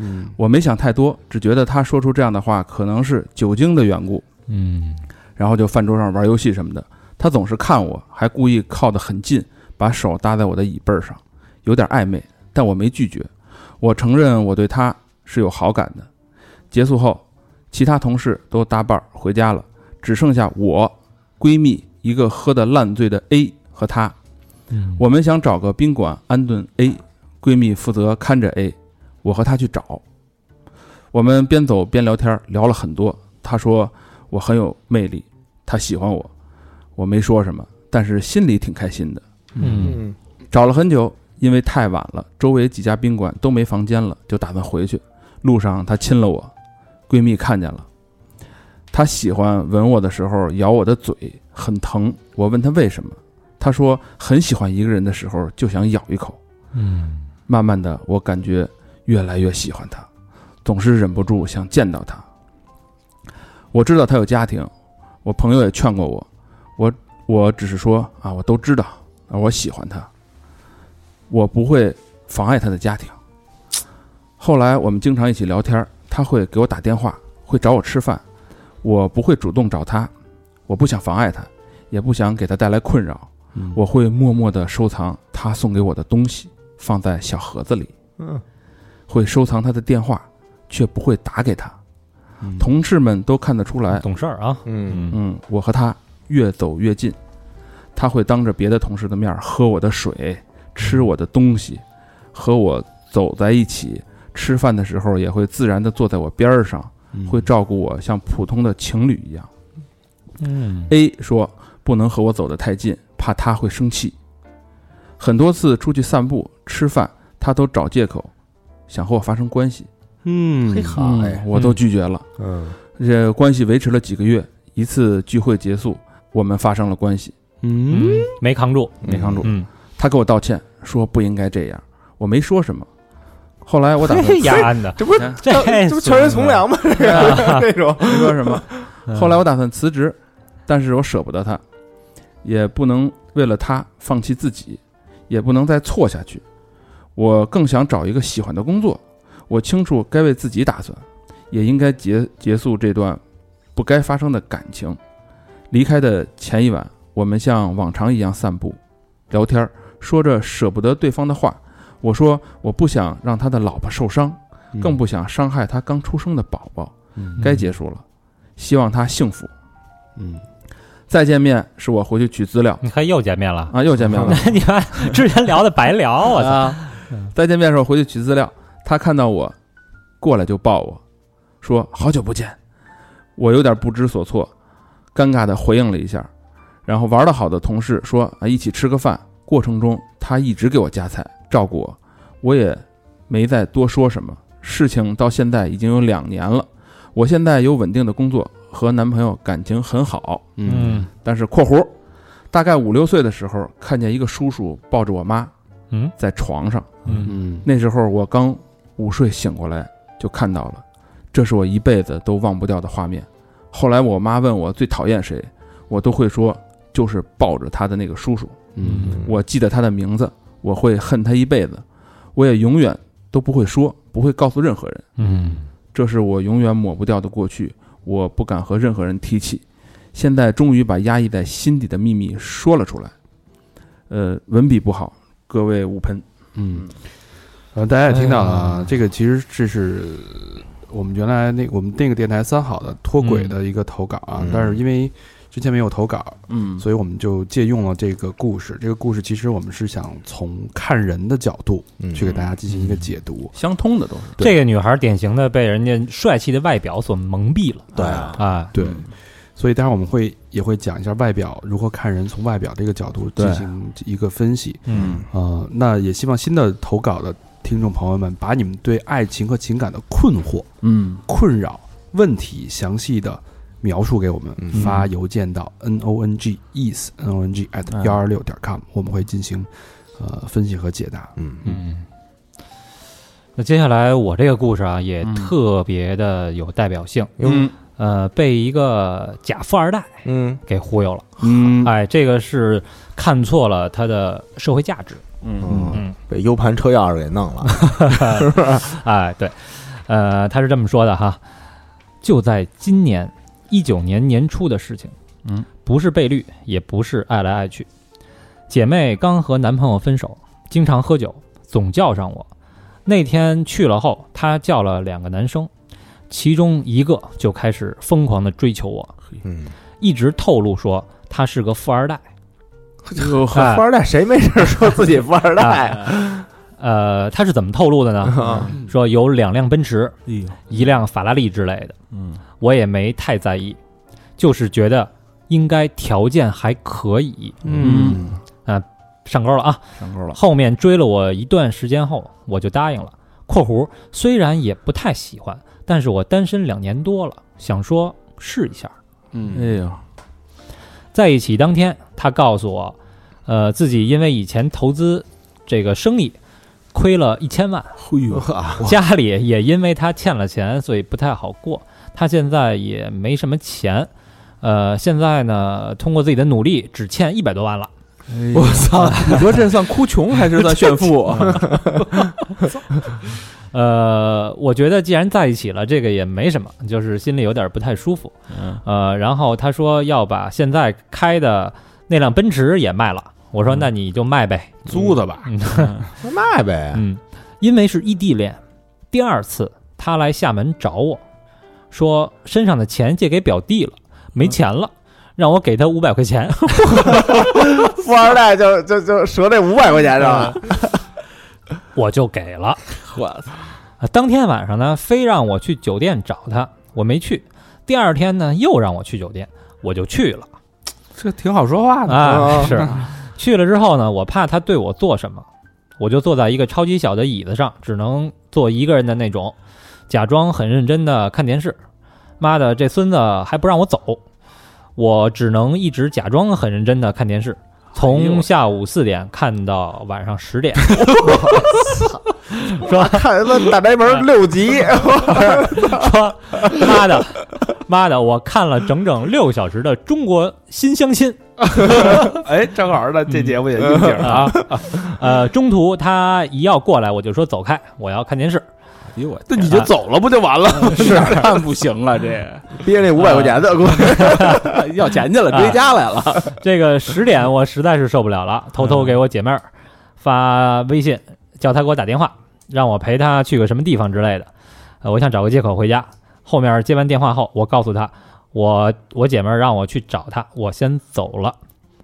[SPEAKER 1] 嗯
[SPEAKER 4] 我没想太多，只觉得他说出这样的话可能是酒精的缘故，
[SPEAKER 3] 嗯
[SPEAKER 4] 然后就饭桌上玩游戏什么的。他总是看我，还故意靠得很近，把手搭在我的椅背上，有点暧昧，但我没拒绝。我承认我对他是有好感的。结束后，其他同事都搭伴儿回家了，只剩下我、闺蜜一个喝得烂醉的 A 和他。
[SPEAKER 3] 嗯
[SPEAKER 4] 我们想找个宾馆安顿 A，闺蜜负责看着 A，我和她去找。我们边走边聊天，聊了很多。她说我很有魅力，她喜欢我，我没说什么，但是心里挺开心的。
[SPEAKER 3] 嗯
[SPEAKER 2] 嗯
[SPEAKER 4] 找了很久，因为太晚了，周围几家宾馆都没房间了，就打算回去。路上她亲了我，闺蜜看见了，她喜欢吻我的时候咬我的嘴，很疼。我问她为什么，她说很喜欢一个人的时候就想咬一口。
[SPEAKER 3] 嗯
[SPEAKER 4] 慢慢的，我感觉越来越喜欢他，总是忍不住想见到他。我知道他有家庭，我朋友也劝过我，我我只是说啊，我都知道，啊，我喜欢他，我不会妨碍他的家庭。后来我们经常一起聊天，他会给我打电话，会找我吃饭，我不会主动找他，我不想妨碍他，也不想给他带来困扰。
[SPEAKER 1] 嗯
[SPEAKER 4] 我会默默地收藏他送给我的东西，放在小盒子里。
[SPEAKER 2] 嗯，
[SPEAKER 4] 会收藏他的电话，却不会打给他。
[SPEAKER 1] 嗯
[SPEAKER 4] 同事们都看得出来，
[SPEAKER 3] 懂事儿啊，
[SPEAKER 2] 嗯，
[SPEAKER 3] 嗯，
[SPEAKER 4] 嗯，我和他越走越近，他会当着别的同事的面儿喝我的水，吃我的东西，和我走在一起。吃饭的时候也会自然地坐在我边儿上，
[SPEAKER 1] 嗯
[SPEAKER 4] 会照顾我，像普通的情侣一样。
[SPEAKER 3] 嗯，
[SPEAKER 4] A 说不能和我走得太近，怕他会生气。很多次出去散步、吃饭，他都找借口想和我发生关系，
[SPEAKER 1] 嗯
[SPEAKER 2] 嘿好
[SPEAKER 4] 嗯
[SPEAKER 2] 哎，
[SPEAKER 4] 我都拒绝了。
[SPEAKER 2] 嗯
[SPEAKER 4] 这关系维持了几个月，一次聚会结束，我们发生了关系，
[SPEAKER 1] 嗯
[SPEAKER 3] 嗯，没扛住，
[SPEAKER 4] 没扛住。
[SPEAKER 3] 嗯，
[SPEAKER 4] 他给我道歉，说不应该这样，我没说什么。后来我打算
[SPEAKER 3] 压安的，
[SPEAKER 2] 这不是
[SPEAKER 4] 啊
[SPEAKER 3] 这
[SPEAKER 2] 这不穷人从良吗？这 个这种，
[SPEAKER 4] 没说什么。
[SPEAKER 3] 嗯
[SPEAKER 4] 后来我打算辞职，但是我舍不得他，也不能为了他放弃自己，也不能再错下去。我更想找一个喜欢的工作，我清楚该为自己打算，也应该结结束这段不该发生的感情。离开的前一晚，我们像往常一样散步、聊天儿，说着舍不得对方的话。我说我不想让他的老婆受伤，更不想伤害他刚出生的宝宝。
[SPEAKER 1] 嗯
[SPEAKER 4] 该结束了，希望他幸福。
[SPEAKER 1] 嗯
[SPEAKER 4] 再见面是我回去取资料
[SPEAKER 3] 你看又见面了，
[SPEAKER 4] 啊，又见面了。
[SPEAKER 3] 那你看之前聊的白聊，我操，
[SPEAKER 4] 啊！再见面的时候回去取资料，他看到我过来就抱我，说好久不见。我有点不知所措，尴尬的回应了一下，然后玩得好的同事说啊一起吃个饭，过程中他一直给我夹菜，照顾我，我也没再多说什么。事情到现在已经有两年了，我现在有稳定的工作，和男朋友感情很好，
[SPEAKER 1] 嗯，
[SPEAKER 4] 但是（括弧）大概五六岁的时候，看见一个叔叔抱着我妈
[SPEAKER 3] 嗯
[SPEAKER 4] 在床上。
[SPEAKER 3] 嗯
[SPEAKER 1] 嗯
[SPEAKER 4] 那时候我刚午睡醒过来，就看到了，这是我一辈子都忘不掉的画面。后来我妈问我最讨厌谁，我都会说就是抱着她的那个叔叔。
[SPEAKER 1] 嗯
[SPEAKER 4] 我记得他的名字，我会恨他一辈子，我也永远都不会说，不会告诉任何人。
[SPEAKER 3] 嗯
[SPEAKER 4] 这是我永远抹不掉的过去，我不敢和任何人提起。现在终于把压抑在心底的秘密说了出来。呃，文笔不好，各位五喷。
[SPEAKER 1] 嗯，呃，大家也听到了啊，这个其实这是呃我们原来那我们那个电台三好的脱轨的一个投稿啊，
[SPEAKER 2] 嗯
[SPEAKER 1] 但是因为之前没有投稿，
[SPEAKER 4] 嗯
[SPEAKER 1] 所以我们就借用了这个故事。这个故事其实我们是想从看人的角度
[SPEAKER 2] 嗯
[SPEAKER 1] 去给大家进行一个解读。
[SPEAKER 4] 相通的都是。
[SPEAKER 3] 这个女孩典型的被人家帅气的外表所蒙蔽了，
[SPEAKER 4] 对啊
[SPEAKER 3] 啊，
[SPEAKER 1] 对，所以待会儿我们会也会讲一下外表如何看人，从外表这个角度进行一个分析。
[SPEAKER 3] 嗯，
[SPEAKER 1] 呃，那也希望新的投稿的听众朋友们，把你们对爱情和情感的困惑、
[SPEAKER 4] 嗯
[SPEAKER 1] 困扰、问题详细的描述给我们，
[SPEAKER 2] 嗯
[SPEAKER 1] 发邮件到 n o n g is n o n g at 幺二六点 com，我们会进行呃分析和解答。
[SPEAKER 2] 嗯
[SPEAKER 3] 嗯，那接下来我这个故事啊，也特别的有代表性，
[SPEAKER 4] 嗯
[SPEAKER 3] 呃，被一个假富二代
[SPEAKER 2] 嗯
[SPEAKER 3] 给忽悠了。
[SPEAKER 4] 嗯
[SPEAKER 3] 哎，这个是看错了他的社会价值。
[SPEAKER 4] 嗯
[SPEAKER 3] 嗯，
[SPEAKER 2] 哦被 U 盘车钥匙给弄了，
[SPEAKER 3] 哎，对，呃，他是这么说的哈，就在今年一九年年初的事情，
[SPEAKER 4] 嗯，
[SPEAKER 3] 不是被绿，也不是爱来爱去，姐妹刚和男朋友分手，经常喝酒，总叫上我。那天去了后，她叫了两个男生，其中一个就开始疯狂的追求我，
[SPEAKER 2] 嗯，
[SPEAKER 3] 一直透露说他是个富二代。
[SPEAKER 4] 哟
[SPEAKER 2] 富
[SPEAKER 3] 哎
[SPEAKER 2] 二代谁没事 说自己富二代？啊
[SPEAKER 3] 呃，他是怎么透露的 呢？
[SPEAKER 4] 啊
[SPEAKER 3] 说有两辆奔驰，一辆法拉利之类的。
[SPEAKER 4] 哎嗯
[SPEAKER 3] 我也没太在意，就是觉得应该条件还可以。
[SPEAKER 4] 嗯，
[SPEAKER 3] 上钩了啊！
[SPEAKER 4] 上钩了。
[SPEAKER 3] 后面追了我一段时间后，我就答应了。（括弧虽然也不太喜欢，但是我单身两年多了，想说试一下。
[SPEAKER 4] 哎
[SPEAKER 1] 嗯
[SPEAKER 4] 呦，
[SPEAKER 3] 在一起当天，他告诉我，呃，自己因为以前投资这个生意亏了一千万，
[SPEAKER 2] 哎
[SPEAKER 4] 嘿呦，
[SPEAKER 2] 哇
[SPEAKER 3] 家里也因为他欠了钱，所以不太好过。他现在也没什么钱，呃，现在呢，通过自己的努力，只欠一百多万了。
[SPEAKER 4] 我
[SPEAKER 2] 操！你说这算哭穷还是算炫富？
[SPEAKER 4] 啊
[SPEAKER 3] 呃，我觉得既然在一起了，这个也没什么，就是心里有点不太舒服。
[SPEAKER 4] 嗯
[SPEAKER 3] 呃，然后他说要把现在开的那辆奔驰也卖了，我说那你就卖呗，
[SPEAKER 1] 租的吧？
[SPEAKER 3] 嗯
[SPEAKER 2] 卖呗，
[SPEAKER 3] 嗯，因为是异地恋，第二次他来厦门找我，说身上的钱借给表弟了，没钱了，让我给他五百块钱。
[SPEAKER 2] 富二代就就就折这五百块钱是吧？
[SPEAKER 3] 我就给了。
[SPEAKER 2] 我
[SPEAKER 3] 操！当天晚上呢，非让我去酒店找他，我没去。第二天呢，又让我去酒店，我就去了。
[SPEAKER 1] 这挺好说话的
[SPEAKER 3] 啊，是去了之后呢，我怕他对我做什么，我就坐在一个超级小的椅子上，只能坐一个人的那种，假装很认真的看电视。妈的，这孙子还不让我走，我只能一直假装很认真的看电视，从下午四点看到晚上十点。 说
[SPEAKER 2] 啊看他妈大宅门六 集，
[SPEAKER 3] 说妈的，妈的，我看了整整六小时的《中国新相亲》。
[SPEAKER 2] 哎，正好呢，这节目也应景了。
[SPEAKER 3] 啊，呃，中途他一要过来，我就说走开，我要看电视。
[SPEAKER 1] 哎呦我，
[SPEAKER 4] 那你就走了不就完了？
[SPEAKER 2] 嗯
[SPEAKER 4] 是看不行
[SPEAKER 2] 啊
[SPEAKER 4] 了，这
[SPEAKER 2] 憋那五百块钱的，
[SPEAKER 4] 要钱去了，
[SPEAKER 3] 啊
[SPEAKER 4] 追家来了。
[SPEAKER 3] 这个十点我实在是受不了了，偷偷给我姐妹儿发微信，叫她给我打电话，让我陪她去个什么地方之类的。呃，我想找个借口回家。后面接完电话后，我告诉她，我我姐妹儿让我去找她，我先走了。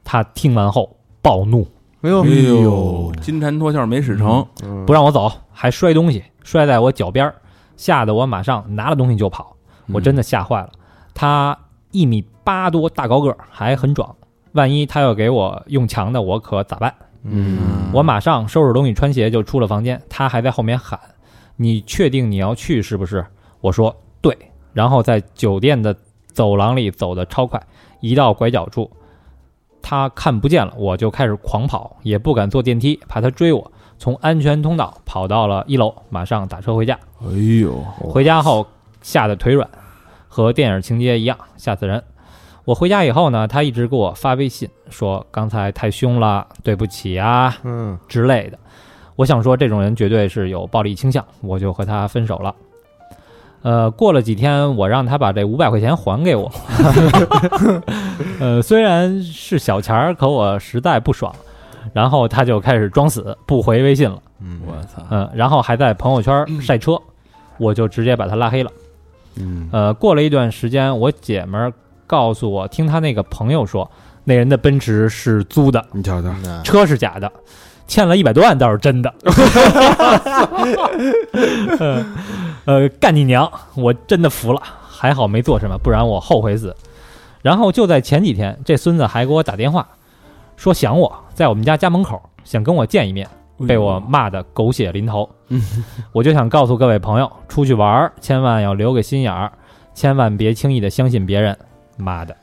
[SPEAKER 3] 她听完后暴怒，
[SPEAKER 2] 没有
[SPEAKER 4] 哎
[SPEAKER 1] 呦
[SPEAKER 4] 金蝉脱壳没使成，
[SPEAKER 2] 嗯
[SPEAKER 3] 不让我走，还摔东西，摔在我脚边儿，吓得我马上拿了东西就跑，我真的吓坏了。他一米八多，大高个儿，还很壮，万一他要给我用强的，我可咋办？
[SPEAKER 1] 嗯，
[SPEAKER 3] 我马上收拾东西，穿鞋就出了房间，他还在后面喊：“你确定你要去是不是？”我说：“对。”然后在酒店的走廊里走得超快，一到拐角处，他看不见了，我就开始狂跑，也不敢坐电梯，怕他追我。从安全通道跑到了一楼，马上打车回家。
[SPEAKER 4] 哎呦，
[SPEAKER 3] 回家后吓得腿软，和电影情节一样吓死人。我回家以后呢，他一直给我发微信说刚才太凶了，对不起啊，
[SPEAKER 2] 嗯，
[SPEAKER 3] 之类的。我想说，这种人绝对是有暴力倾向，我就和他分手了。呃，过了几天，我让他把这五百块钱还给我。 呃，虽然是小钱儿，可我实在不爽。然后他就开始装死，不回微信了。
[SPEAKER 4] 我操！
[SPEAKER 3] 嗯，然后还在朋友圈晒车，我就直接把他拉黑了。
[SPEAKER 1] 嗯
[SPEAKER 3] 呃，过了一段时间，我姐们儿告诉我，听她那个朋友说，那人的奔驰是租的，
[SPEAKER 1] 你
[SPEAKER 2] 嗯
[SPEAKER 1] 瞧瞧，
[SPEAKER 3] 车是假的，欠了一百多万倒是真的。呃呃，干你娘！我真的服了，还好没做什么，不然我后悔死。然后就在前几天，这孙子还给我打电话，说想我，在我们家家门口，想跟我见一面，被我骂得狗血淋头。我就想告诉各位朋友，出去玩儿千万要留个心眼儿，千万别轻易的相信别人。妈的，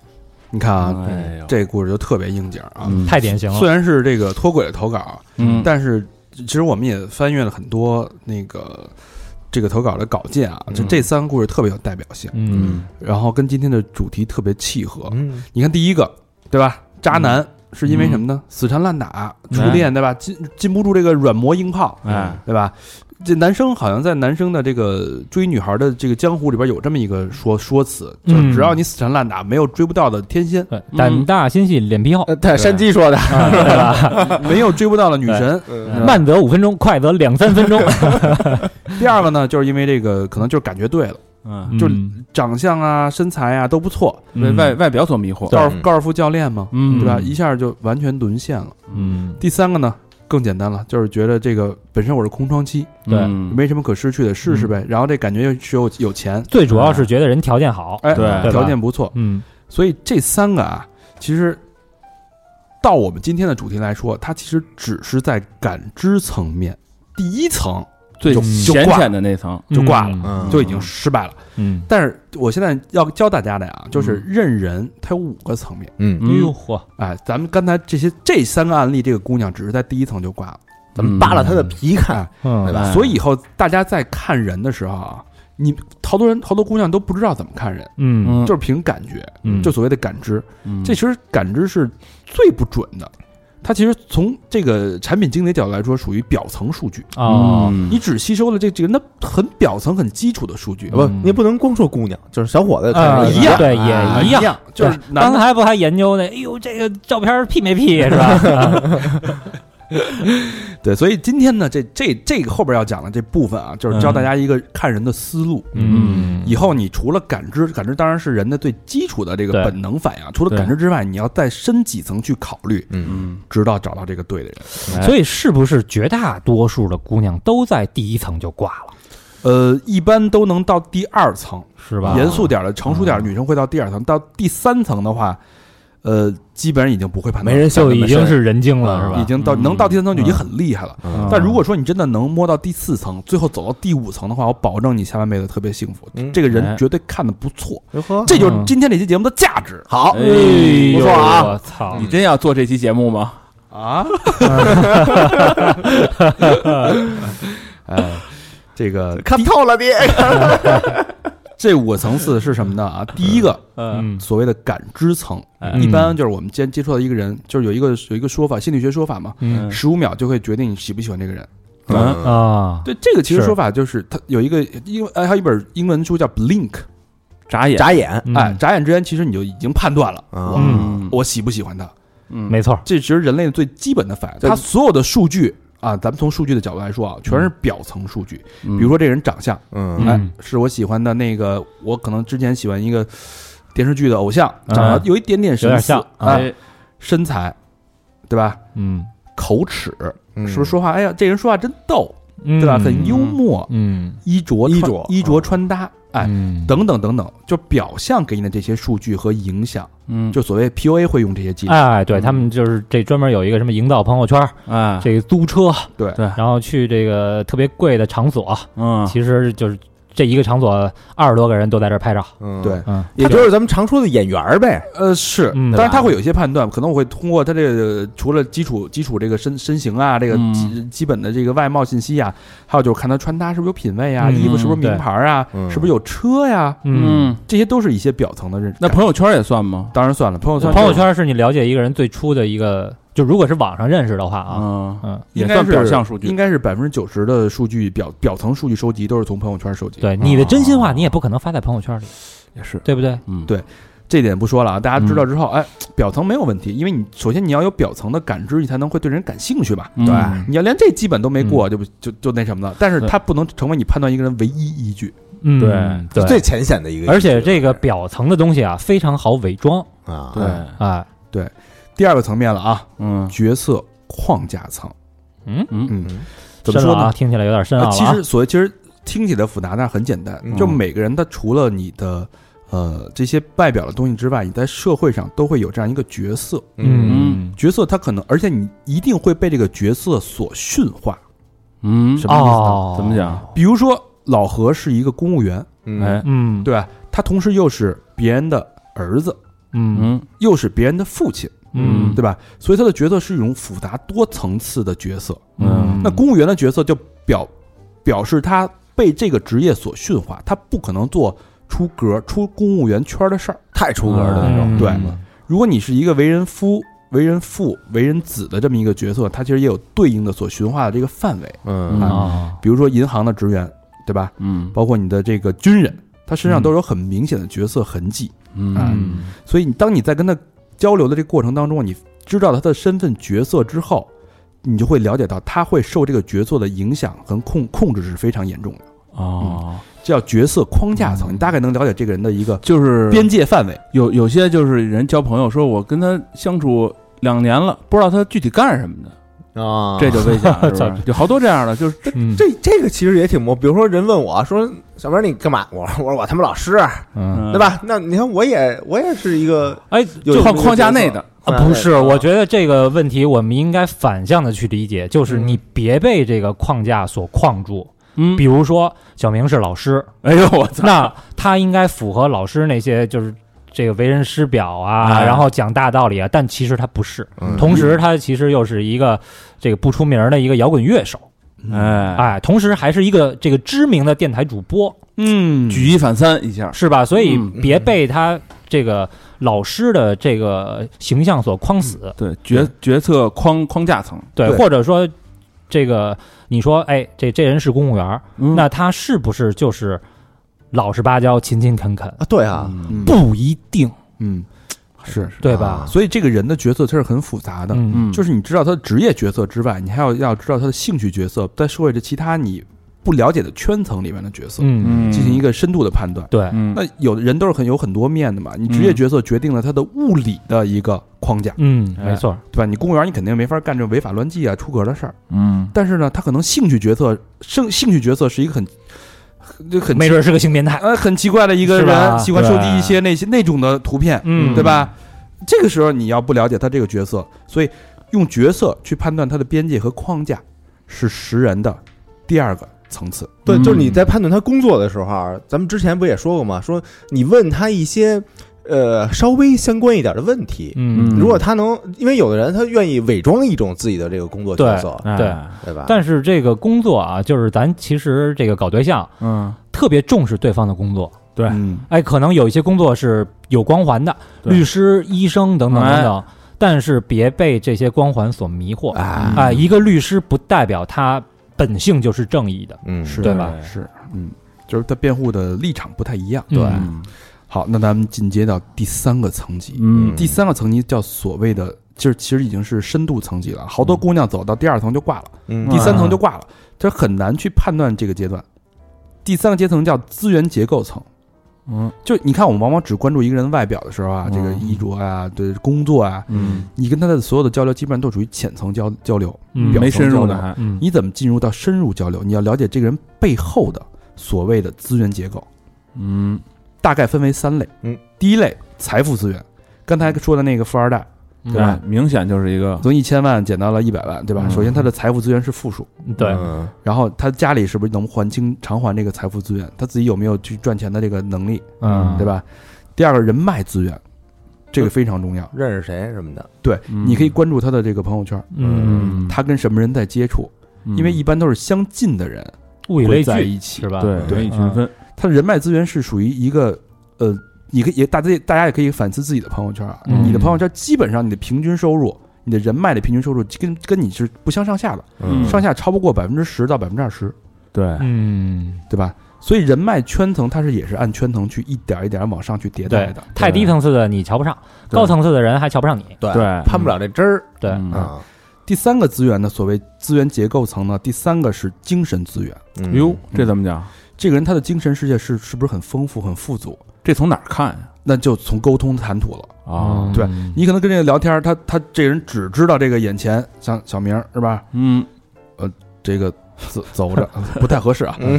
[SPEAKER 1] 你看啊，
[SPEAKER 2] 嗯
[SPEAKER 4] 哎呦，
[SPEAKER 1] 这故事就特别应景啊。
[SPEAKER 4] 嗯
[SPEAKER 3] 太典型了
[SPEAKER 1] 虽。然是这个脱轨的投稿，
[SPEAKER 4] 嗯，
[SPEAKER 1] 但是其实我们也翻阅了很多那个这个投稿的稿件啊，就
[SPEAKER 2] 嗯
[SPEAKER 1] 这三个故事特别有代表性，
[SPEAKER 3] 嗯，
[SPEAKER 1] 然后跟今天的主题特别契合。
[SPEAKER 2] 嗯，
[SPEAKER 1] 你看第一个，对吧？渣男是因为什么呢？死缠烂打，初恋，对吧？禁禁不住这个软磨硬泡，
[SPEAKER 3] 嗯
[SPEAKER 4] 哎，
[SPEAKER 1] 对吧？这男生好像在男生的这个追女孩的这个江湖里边有这么一个说说辞，就是
[SPEAKER 3] 嗯
[SPEAKER 1] 只要你死缠烂打，没有追不到的天仙，
[SPEAKER 3] 对，呃胆大心细，脸皮厚，
[SPEAKER 2] 呃对，山鸡说的，
[SPEAKER 3] 对吧？
[SPEAKER 1] 没有追不到的女神。
[SPEAKER 2] 嗯
[SPEAKER 3] 慢则五分钟，快则两三分钟，
[SPEAKER 1] 第二个呢，就是因为这个可能就是感觉对了，
[SPEAKER 4] 嗯，
[SPEAKER 1] 就长相啊、身材啊都不错，
[SPEAKER 4] 被外外表所迷惑，
[SPEAKER 1] 高尔
[SPEAKER 2] 嗯
[SPEAKER 1] 高尔夫教练嘛，
[SPEAKER 4] 嗯
[SPEAKER 1] 对吧？一下就完全沦陷了。
[SPEAKER 3] 嗯，
[SPEAKER 1] 第三个呢，更简单了，就是觉得这个本身我是空窗期，
[SPEAKER 3] 对
[SPEAKER 4] 嗯
[SPEAKER 1] 没什么可失去的，试试呗。然后这感觉又是有有钱，
[SPEAKER 3] 嗯
[SPEAKER 1] 嗯
[SPEAKER 3] 最主要是觉得人条件好，
[SPEAKER 1] 哎，
[SPEAKER 4] 对
[SPEAKER 3] 对吧
[SPEAKER 1] 条件不错，
[SPEAKER 3] 嗯
[SPEAKER 1] 所以这三个啊，其实到我们今天的主题来说，它其实只是在感知层面，第一层
[SPEAKER 4] 最
[SPEAKER 1] 就
[SPEAKER 4] 浅浅的那层，
[SPEAKER 1] 就挂了，
[SPEAKER 2] 嗯
[SPEAKER 1] 就已经失败了。
[SPEAKER 3] 嗯，
[SPEAKER 1] 但是我现在要教大家的呀，就是认人，它有五个层面。
[SPEAKER 2] 嗯
[SPEAKER 3] 哎
[SPEAKER 4] 嗯
[SPEAKER 3] 呦嚯，
[SPEAKER 1] 哎，咱们刚才这些这三个案例，这个姑娘只是在第一层就挂了，
[SPEAKER 2] 咱们嗯扒拉他的皮看，对
[SPEAKER 3] 嗯
[SPEAKER 2] 吧？
[SPEAKER 1] 所以以后大家在看人的时候啊，你好多人好多姑娘都不知道怎么看人，
[SPEAKER 3] 嗯
[SPEAKER 4] 嗯
[SPEAKER 1] 就是凭感觉，
[SPEAKER 3] 嗯，
[SPEAKER 1] 就所谓的感知。
[SPEAKER 4] 嗯
[SPEAKER 1] 这其实感知是最不准的。它其实从这个产品经理角度来说，属于表层数据。
[SPEAKER 3] 哦，
[SPEAKER 4] 嗯
[SPEAKER 1] 你只吸收了这这个那很表层、很基础的数据，
[SPEAKER 2] 不，你也不能光说姑娘，就是小伙子
[SPEAKER 3] 呃
[SPEAKER 2] 也
[SPEAKER 1] 一样
[SPEAKER 3] 对，
[SPEAKER 1] 啊
[SPEAKER 3] 也
[SPEAKER 1] 一
[SPEAKER 3] 样。
[SPEAKER 1] 样，就是
[SPEAKER 3] 对
[SPEAKER 1] 男
[SPEAKER 3] 刚
[SPEAKER 1] 的
[SPEAKER 3] 才不还研究呢？哎呦，这个照片 P 没 P 是吧？
[SPEAKER 1] 对，所以今天呢，这这这个后边要讲的这部分啊，就是教大家一个看人的思路。
[SPEAKER 3] 嗯，
[SPEAKER 1] 以后你除了感知，感知当然是人的最基础的这个
[SPEAKER 3] 对
[SPEAKER 1] 本能反应啊，除了感知之外，你要再深几层去考虑，
[SPEAKER 2] 嗯，
[SPEAKER 4] 嗯，
[SPEAKER 1] 直到找到这个对的人。
[SPEAKER 3] 所以是不是绝大多数的姑娘都在第一层就挂了，
[SPEAKER 1] 呃，一般都能到第二层，
[SPEAKER 3] 是吧？
[SPEAKER 1] 严肃点儿的、成熟点儿的女生会到第二层，到第三层的话，呃，基本上已经不会判断，
[SPEAKER 2] 没人想
[SPEAKER 3] 就
[SPEAKER 2] 那么
[SPEAKER 3] 已经
[SPEAKER 2] 深
[SPEAKER 3] 是人精了，
[SPEAKER 4] 嗯
[SPEAKER 3] 是吧？
[SPEAKER 1] 已经到能到第三层就已经很厉害了。
[SPEAKER 2] 嗯
[SPEAKER 1] 但如果说你真的能摸到第四层，最后走到第五层的话，我保证你下半辈子特别幸福。
[SPEAKER 2] 嗯
[SPEAKER 1] 这个
[SPEAKER 3] 哎
[SPEAKER 1] 人绝对看的不错，
[SPEAKER 2] 如何
[SPEAKER 1] 这就是今天这期节目的价值
[SPEAKER 2] 好
[SPEAKER 4] 哎呦
[SPEAKER 2] 不错啊
[SPEAKER 3] 我操！
[SPEAKER 4] 你真要做这期节目吗？
[SPEAKER 1] 啊！哎，这个
[SPEAKER 2] 看透了爹，
[SPEAKER 1] 这五个层次是什么呢？啊，第一个
[SPEAKER 3] 嗯，
[SPEAKER 1] 所谓的感知层，
[SPEAKER 3] 嗯
[SPEAKER 1] 一般就是我们接接触到一个人，就是有一个有一个说法，心理学说法嘛，
[SPEAKER 3] 嗯
[SPEAKER 1] 十五秒就会决定你喜不喜欢这个人。
[SPEAKER 4] 嗯
[SPEAKER 3] 啊，
[SPEAKER 1] 对，这个其实
[SPEAKER 3] 是
[SPEAKER 1] 说法就是它有一个英文，哎，还有一本英文书叫 Blink，
[SPEAKER 4] 眨眼，
[SPEAKER 2] 眨眼，
[SPEAKER 3] 嗯
[SPEAKER 1] 哎，眨眼之间其实你就已经判断了，
[SPEAKER 2] 啊
[SPEAKER 1] 我
[SPEAKER 4] 嗯
[SPEAKER 1] 我喜不喜欢他。
[SPEAKER 4] 嗯，
[SPEAKER 3] 没错，
[SPEAKER 1] 这其实人类最基本的反应，
[SPEAKER 2] 对
[SPEAKER 1] 它所有的数据啊，咱们从数据的角度来说啊，全是表层数据，
[SPEAKER 4] 比
[SPEAKER 1] 比如说这人长相，
[SPEAKER 2] 嗯
[SPEAKER 3] 嗯
[SPEAKER 1] 哎，是我喜欢的那个，我可能之前喜欢一个电视剧的偶像，长得有一点点
[SPEAKER 3] 嗯有
[SPEAKER 1] 神
[SPEAKER 3] 点
[SPEAKER 1] 似
[SPEAKER 3] 像
[SPEAKER 1] 啊，
[SPEAKER 4] 哎
[SPEAKER 1] 身材，对吧？
[SPEAKER 3] 嗯
[SPEAKER 1] 口齿
[SPEAKER 2] 嗯
[SPEAKER 1] 是不是说话？哎呀，这人说话真逗，
[SPEAKER 3] 嗯，
[SPEAKER 1] 对吧？很幽默，
[SPEAKER 3] 嗯，
[SPEAKER 1] 衣着
[SPEAKER 2] 衣
[SPEAKER 1] 穿
[SPEAKER 2] 着
[SPEAKER 1] 衣着穿搭，哎，
[SPEAKER 3] 嗯，
[SPEAKER 1] 等等等等，就表象给你的这些数据和影响，
[SPEAKER 4] 嗯，
[SPEAKER 1] 就所谓 PUA 会用这些技巧，
[SPEAKER 3] 哎，对他们就是这专门有一个什么营造朋友圈，
[SPEAKER 4] 哎，
[SPEAKER 3] 这个租车，
[SPEAKER 1] 啊对
[SPEAKER 4] 对
[SPEAKER 3] 然后去这个特别贵的场所，
[SPEAKER 4] 嗯，
[SPEAKER 3] 其实就是这一个场所二十多个人都在这儿拍照，
[SPEAKER 2] 嗯
[SPEAKER 1] 对，。
[SPEAKER 3] 嗯，
[SPEAKER 2] 也就是咱们常说的演员儿呗，
[SPEAKER 1] 呃，是，
[SPEAKER 3] 嗯
[SPEAKER 1] 当然他会有一些判断，可能我会通过他这个除了基础基础这个身身形啊，这个
[SPEAKER 4] 嗯
[SPEAKER 1] 基基本的这个外貌信息啊，还有就是看他穿搭是不是有品味啊，
[SPEAKER 3] 嗯
[SPEAKER 1] 衣服是不是名牌啊，
[SPEAKER 2] 对嗯
[SPEAKER 1] 是不是有车呀、
[SPEAKER 4] 嗯，
[SPEAKER 1] 这些都是一些表层的认识。
[SPEAKER 4] 那朋友圈也算吗？
[SPEAKER 1] 当然算了，朋友圈
[SPEAKER 3] 朋友圈是你了解一个人最初的一个，就如果是网上认识的话啊，
[SPEAKER 4] 嗯，
[SPEAKER 3] 嗯，
[SPEAKER 4] 也
[SPEAKER 1] 应该
[SPEAKER 4] 算
[SPEAKER 1] 是
[SPEAKER 4] 表象数
[SPEAKER 1] 应
[SPEAKER 4] 据，
[SPEAKER 1] 该是百分之九十的数据表表层数据收集都是从朋友圈收集。，
[SPEAKER 3] 对，你的真心话你也不可能发在朋友圈里，
[SPEAKER 4] 也是，
[SPEAKER 3] 对不对？
[SPEAKER 4] 嗯，
[SPEAKER 1] 对这点不说了啊，大家知道之后，哎，表层没有问题，因为你首先你要有表层的感知，你才能会对人感兴趣吧。
[SPEAKER 4] 嗯
[SPEAKER 2] 对
[SPEAKER 1] 你要连这基本都没过，就不就就那什么了。但是它不能成为你判断一个人唯一依据。
[SPEAKER 3] 嗯，对
[SPEAKER 2] 最浅显的一个，
[SPEAKER 3] 而且这个表层的东西啊，非常好伪装
[SPEAKER 2] 啊，
[SPEAKER 4] 对，
[SPEAKER 3] 啊，
[SPEAKER 1] 第二个层面了啊，
[SPEAKER 4] 嗯
[SPEAKER 1] 角色框架层。
[SPEAKER 3] 嗯，
[SPEAKER 4] 嗯
[SPEAKER 1] 嗯，怎么
[SPEAKER 3] 深
[SPEAKER 1] 说
[SPEAKER 3] 了
[SPEAKER 1] 呢
[SPEAKER 3] 啊，？听起来有点深奥
[SPEAKER 1] 呃
[SPEAKER 3] 了啊。
[SPEAKER 1] 其实所谓其实听起来复杂，但是很简单
[SPEAKER 2] 嗯。
[SPEAKER 1] 就每个人他除了你的呃这些外表的东西之外，你在社会上都会有这样一个角色。
[SPEAKER 3] 嗯，
[SPEAKER 1] 角色他可能，而且你一定会被这个角色所驯化。
[SPEAKER 4] 嗯，
[SPEAKER 1] 什么意思呢？
[SPEAKER 3] 哦，
[SPEAKER 4] 怎么？讲？
[SPEAKER 1] 比如说老何是一个公务员，
[SPEAKER 2] 嗯
[SPEAKER 4] 哎，
[SPEAKER 3] 嗯，，
[SPEAKER 1] 对吧？他同时又是别人的儿子，
[SPEAKER 3] 嗯
[SPEAKER 4] 嗯
[SPEAKER 1] 又是别人的父亲。
[SPEAKER 3] 嗯，
[SPEAKER 1] 对吧？所以他的角色是一种复杂多层次的角色。
[SPEAKER 4] 嗯
[SPEAKER 1] 那公务员的角色就表表示他被这个职业所驯化，他不可能做出格、出公务员圈的事儿。
[SPEAKER 2] 太出格的那种，
[SPEAKER 3] 嗯
[SPEAKER 1] 对如果你是一个为人夫、为人父、为人子的这么一个角色，他其实也有对应的所驯化的这个范围，
[SPEAKER 2] 嗯
[SPEAKER 4] 嗯
[SPEAKER 3] 啊，
[SPEAKER 1] 比如说银行的职员，对吧？
[SPEAKER 4] 嗯
[SPEAKER 1] 包括你的这个军人，他身
[SPEAKER 3] 嗯
[SPEAKER 1] 上都有很明显的角色痕迹。
[SPEAKER 4] 嗯
[SPEAKER 1] 所以你当你在跟他交流的这个过程当中，你知道他的身份角色之后，你就会了解到他会受这个角色的影响和控控制是非常严重的，
[SPEAKER 4] 哦，
[SPEAKER 1] 这叫角色框架
[SPEAKER 3] 嗯
[SPEAKER 1] 层。你大概能了解这个人的一个
[SPEAKER 4] 就是
[SPEAKER 1] 边界范围。
[SPEAKER 4] 有有些就是人交朋友，说我跟他相处两年了，不知道他具体干什么的，
[SPEAKER 2] 啊，
[SPEAKER 4] 这就危险了，是吧有好多这样的，就是
[SPEAKER 3] 嗯
[SPEAKER 2] 这这个其实也挺模，比如说人问我说小明你干嘛？我我说我他妈老师，
[SPEAKER 3] 嗯
[SPEAKER 2] 对？吧？那你看我也我也是一个
[SPEAKER 3] 哎
[SPEAKER 2] 有
[SPEAKER 4] 框框架内的，
[SPEAKER 3] 啊，不是，
[SPEAKER 1] 嗯
[SPEAKER 3] 我觉得这个问题我们应该反向的去理解，就是
[SPEAKER 1] 嗯
[SPEAKER 3] 你别被这个框架所框住。
[SPEAKER 4] 嗯
[SPEAKER 3] 比，如说，小明是老师，
[SPEAKER 4] 哎呦我操，
[SPEAKER 3] 那他应该符合老师那些就是这个为人师表啊，
[SPEAKER 4] 哎
[SPEAKER 3] 然后讲大道理啊，但其实他不是。
[SPEAKER 2] 嗯
[SPEAKER 3] 同时，他其实又是一个这个不出名儿的一个摇滚乐手，
[SPEAKER 4] 哎，
[SPEAKER 3] 哎，同时还是一个这个知名的电台主播，
[SPEAKER 1] 嗯
[SPEAKER 4] 举一反三一下，
[SPEAKER 3] 是吧？所以
[SPEAKER 4] 嗯
[SPEAKER 3] 别被他这个老师的这个形象所框死，
[SPEAKER 4] 对决决策框框架层，
[SPEAKER 3] 对，
[SPEAKER 2] 对
[SPEAKER 3] 或者说这个你说，哎，这这人是公务员儿，
[SPEAKER 4] 嗯
[SPEAKER 3] 那他是不是就是老实巴交、勤勤恳恳？
[SPEAKER 2] 啊，对啊，
[SPEAKER 4] 嗯
[SPEAKER 1] 嗯
[SPEAKER 3] 不一定，
[SPEAKER 1] 嗯，是，
[SPEAKER 3] 对吧？
[SPEAKER 1] 所以这个人的角色他是很复杂的，
[SPEAKER 3] 嗯，
[SPEAKER 4] 嗯，
[SPEAKER 1] 就是是你知道他的职业角色之外，你还要要知道他的兴趣角色，在社会的其他你不了解的圈层里面的角色，
[SPEAKER 3] 嗯，
[SPEAKER 1] 进行一个深度的判断。
[SPEAKER 3] 对，
[SPEAKER 4] 嗯
[SPEAKER 1] 那有的人都是很有很多面的嘛，你职业角色决定了他的物理的一个框架，
[SPEAKER 3] 嗯，
[SPEAKER 4] 哎
[SPEAKER 3] 没错，
[SPEAKER 1] 对吧？你公务员你肯定没法干这违法乱纪啊、出格的事儿，
[SPEAKER 4] 嗯
[SPEAKER 1] 但是呢，他可能兴趣角色，兴兴趣角色是一个很很很
[SPEAKER 3] 没准是个性变态，
[SPEAKER 1] 呃很奇怪的一个
[SPEAKER 3] 是吧
[SPEAKER 1] 人，喜欢收集
[SPEAKER 3] 对
[SPEAKER 1] 一些那些那种的图片，
[SPEAKER 3] 嗯
[SPEAKER 1] 对吧？这个时候你要不了解他这个角色，所以用角色去判断他的边界和框架是识人的第二个层次。
[SPEAKER 2] 对，
[SPEAKER 4] 嗯
[SPEAKER 2] 就是你在判断他工作的时候啊，咱们之前不也说过吗？说你问他一些呃稍微相关一点的问题，
[SPEAKER 3] 嗯，
[SPEAKER 2] 如果他能，因为有的人他愿意伪装一种自己的这个工作角
[SPEAKER 3] 对
[SPEAKER 2] 色，
[SPEAKER 3] 对。
[SPEAKER 2] 对吧？
[SPEAKER 3] 但是这个工作啊，就是咱其实这个搞对象
[SPEAKER 4] 嗯
[SPEAKER 3] 特别重视对方的工作，对
[SPEAKER 1] 嗯，
[SPEAKER 3] 哎，可能有一些工作是有光环的，
[SPEAKER 4] 对
[SPEAKER 3] 律师、医生等等等等，但是别被这些光环所迷惑。
[SPEAKER 2] 啊，
[SPEAKER 3] 哎，一个律师不代表他本性就是正义的，
[SPEAKER 2] 嗯，
[SPEAKER 1] 是
[SPEAKER 3] 对吧？
[SPEAKER 1] 是，嗯，就是他辩护的立场不太一样。
[SPEAKER 3] 对
[SPEAKER 4] 嗯
[SPEAKER 1] 好，那咱们进阶到第三个层级，
[SPEAKER 4] 嗯
[SPEAKER 1] 第三个层级叫所谓的，就是其实已经是深度层级了。好多姑娘走到第二层就挂了，
[SPEAKER 2] 嗯
[SPEAKER 1] 第三层就挂了，这很难去判断这个阶段。第三个阶层叫资源结构层，
[SPEAKER 4] 嗯
[SPEAKER 1] 就你看我们往往只关注一个人的外表的时候啊，
[SPEAKER 4] 嗯
[SPEAKER 1] 这个衣着啊，对工作啊，
[SPEAKER 4] 嗯，
[SPEAKER 1] 你跟他的所有的交流基本上都属于浅层交交流，
[SPEAKER 3] 嗯
[SPEAKER 4] 没深入呢还
[SPEAKER 3] 嗯，
[SPEAKER 1] 你怎么进入到深入交流？你要了解这个人背后的所谓的资源结构，
[SPEAKER 4] 嗯
[SPEAKER 1] 大概分为三类。
[SPEAKER 2] 嗯，
[SPEAKER 1] 第一类财富资源，刚才说的那个富二代，
[SPEAKER 3] 对
[SPEAKER 4] 对吧？哎明显就是一个
[SPEAKER 1] 从一千万减到了一百万，对吧？
[SPEAKER 4] 嗯
[SPEAKER 1] 首先，他的财富资源是负数，
[SPEAKER 3] 对，
[SPEAKER 2] 嗯
[SPEAKER 1] 然后他家里是不是能还清偿还这个财富资源？他自己有没有去赚钱的这个能力，
[SPEAKER 4] 嗯
[SPEAKER 1] 对吧？第二个人脉资源，这个非常重要。
[SPEAKER 2] 认识谁什么的，
[SPEAKER 1] 对，
[SPEAKER 4] 嗯
[SPEAKER 1] 你可以关注他的这个朋友圈，
[SPEAKER 3] 嗯，
[SPEAKER 1] 他跟什么人在接触，嗯
[SPEAKER 4] 嗯
[SPEAKER 1] 因为一般都是相近的人
[SPEAKER 3] 物以
[SPEAKER 1] 会
[SPEAKER 3] 类
[SPEAKER 1] 在
[SPEAKER 3] 聚
[SPEAKER 1] 一起
[SPEAKER 3] 是。吧？
[SPEAKER 4] 对
[SPEAKER 1] 对嗯
[SPEAKER 4] 人以群分，
[SPEAKER 1] 他的人脉资源是属于一个呃，你可以也大家大家也可以反思自己的朋友圈啊，
[SPEAKER 3] 嗯
[SPEAKER 1] 你的朋友圈基本上你的平均收入。你的人脉的平均收入跟跟你是不相上下的，
[SPEAKER 4] 嗯
[SPEAKER 1] 上下超不过百分之十到百分之二十，
[SPEAKER 4] 对，
[SPEAKER 3] 嗯，
[SPEAKER 1] 对吧？所以人脉圈层它是也是按圈层去一点一点往上去迭代
[SPEAKER 3] 对
[SPEAKER 1] 的。，
[SPEAKER 3] 太低层次的你瞧不上，
[SPEAKER 4] 对
[SPEAKER 3] 高层次的人还瞧不上你。
[SPEAKER 2] 对
[SPEAKER 4] 对
[SPEAKER 2] 攀不了这枝儿
[SPEAKER 3] 对，
[SPEAKER 4] 嗯
[SPEAKER 2] 啊，
[SPEAKER 1] 第三个资源呢，所谓资源结构层呢，第三个是精神资源。
[SPEAKER 2] 嗯
[SPEAKER 4] 哟，这怎么讲？
[SPEAKER 1] 这个人他的精神世界是是不是很丰富、很富足？
[SPEAKER 4] 这从哪儿看呀？
[SPEAKER 1] 那就从沟通谈吐了。
[SPEAKER 4] 啊，
[SPEAKER 1] 对
[SPEAKER 3] 嗯
[SPEAKER 1] 你可能跟这个聊天儿，他他这人只知道这个眼前，像小明儿是吧？
[SPEAKER 4] 嗯，
[SPEAKER 1] 这个 走走着不太合适啊。
[SPEAKER 2] 嗯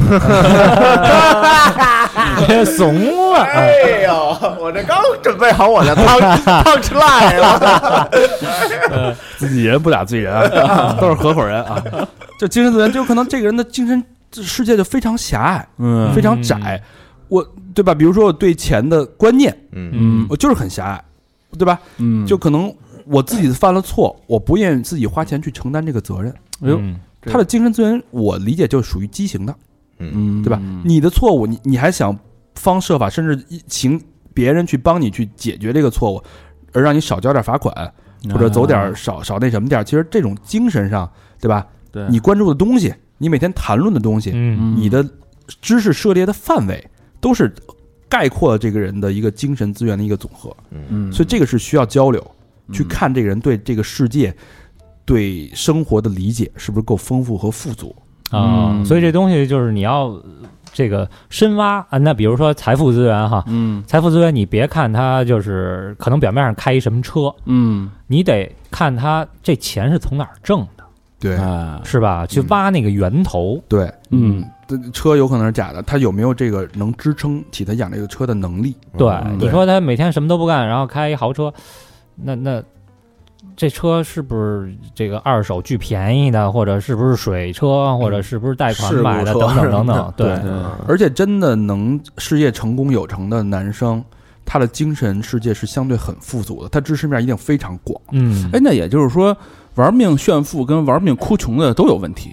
[SPEAKER 3] 怂了，
[SPEAKER 2] 哎呦，我这刚准备好我的汤汤吃辣了，
[SPEAKER 1] 自己人不打自己人 啊，都是合伙人啊。就精神资源，就可能这个人的精神世界就非常狭隘，
[SPEAKER 4] 嗯
[SPEAKER 1] 非常窄。我对吧？比如说我对钱的观念，
[SPEAKER 2] 嗯
[SPEAKER 4] 嗯
[SPEAKER 1] 我就是很狭隘，对吧？
[SPEAKER 4] 嗯，
[SPEAKER 1] 就可能我自己犯了错，我不愿意自己花钱去承担这个责任。
[SPEAKER 4] 哎呦，
[SPEAKER 3] 嗯
[SPEAKER 4] 这
[SPEAKER 1] 他的精神资源，我理解就属于畸形的，
[SPEAKER 4] 嗯，
[SPEAKER 1] 对吧？你的错误，你你还想方设法，甚至一请别人去帮你去解决这个错误，而让你少交点罚款，或者走点
[SPEAKER 4] 啊
[SPEAKER 1] 儿少少那什么点儿。其实这种精神上，对吧？
[SPEAKER 4] 对
[SPEAKER 1] 你关注的东西，你每天谈论的东西，
[SPEAKER 3] 嗯
[SPEAKER 4] 嗯
[SPEAKER 1] 你的知识涉猎的范围，都是概括了这个人的一个精神资源的一个总和。
[SPEAKER 2] 嗯
[SPEAKER 4] 嗯，
[SPEAKER 1] 所以这个是需要交流，去
[SPEAKER 4] 嗯
[SPEAKER 1] 看这个人对这个世界、对生活的理解是不是够丰富和富足。
[SPEAKER 3] 啊，
[SPEAKER 4] 嗯
[SPEAKER 3] 所以这东西就是你要呃这个深挖啊。那比如说财富资源哈，
[SPEAKER 4] 嗯
[SPEAKER 3] 财富资源你别看他就是可能表面上开一什么车，
[SPEAKER 4] 嗯
[SPEAKER 3] 你得看他这钱是从哪儿挣的，
[SPEAKER 1] 对
[SPEAKER 4] 啊
[SPEAKER 3] 是吧？去挖那个源头。
[SPEAKER 1] 对，
[SPEAKER 4] 嗯
[SPEAKER 1] 这车有可能是假的，他有没有这个能支撑起他养这个车的能力？
[SPEAKER 3] 对，
[SPEAKER 4] 嗯
[SPEAKER 3] 你说他每天什么都不干，然后开一豪车，那那。这车是不是这个二手巨便宜的，或者是不是水车，或者是不是贷款
[SPEAKER 2] 事故
[SPEAKER 3] 买的，
[SPEAKER 2] 车
[SPEAKER 3] 等等等
[SPEAKER 2] 什么
[SPEAKER 3] 等
[SPEAKER 2] 的，
[SPEAKER 3] 对，
[SPEAKER 1] 而且真的能事业成功有成的男生，他的精神世界是相对很富足的，他知识面一定非常广。
[SPEAKER 3] 嗯，
[SPEAKER 4] 哎，，那也就是说，玩命炫富跟玩命哭穷的都有问题。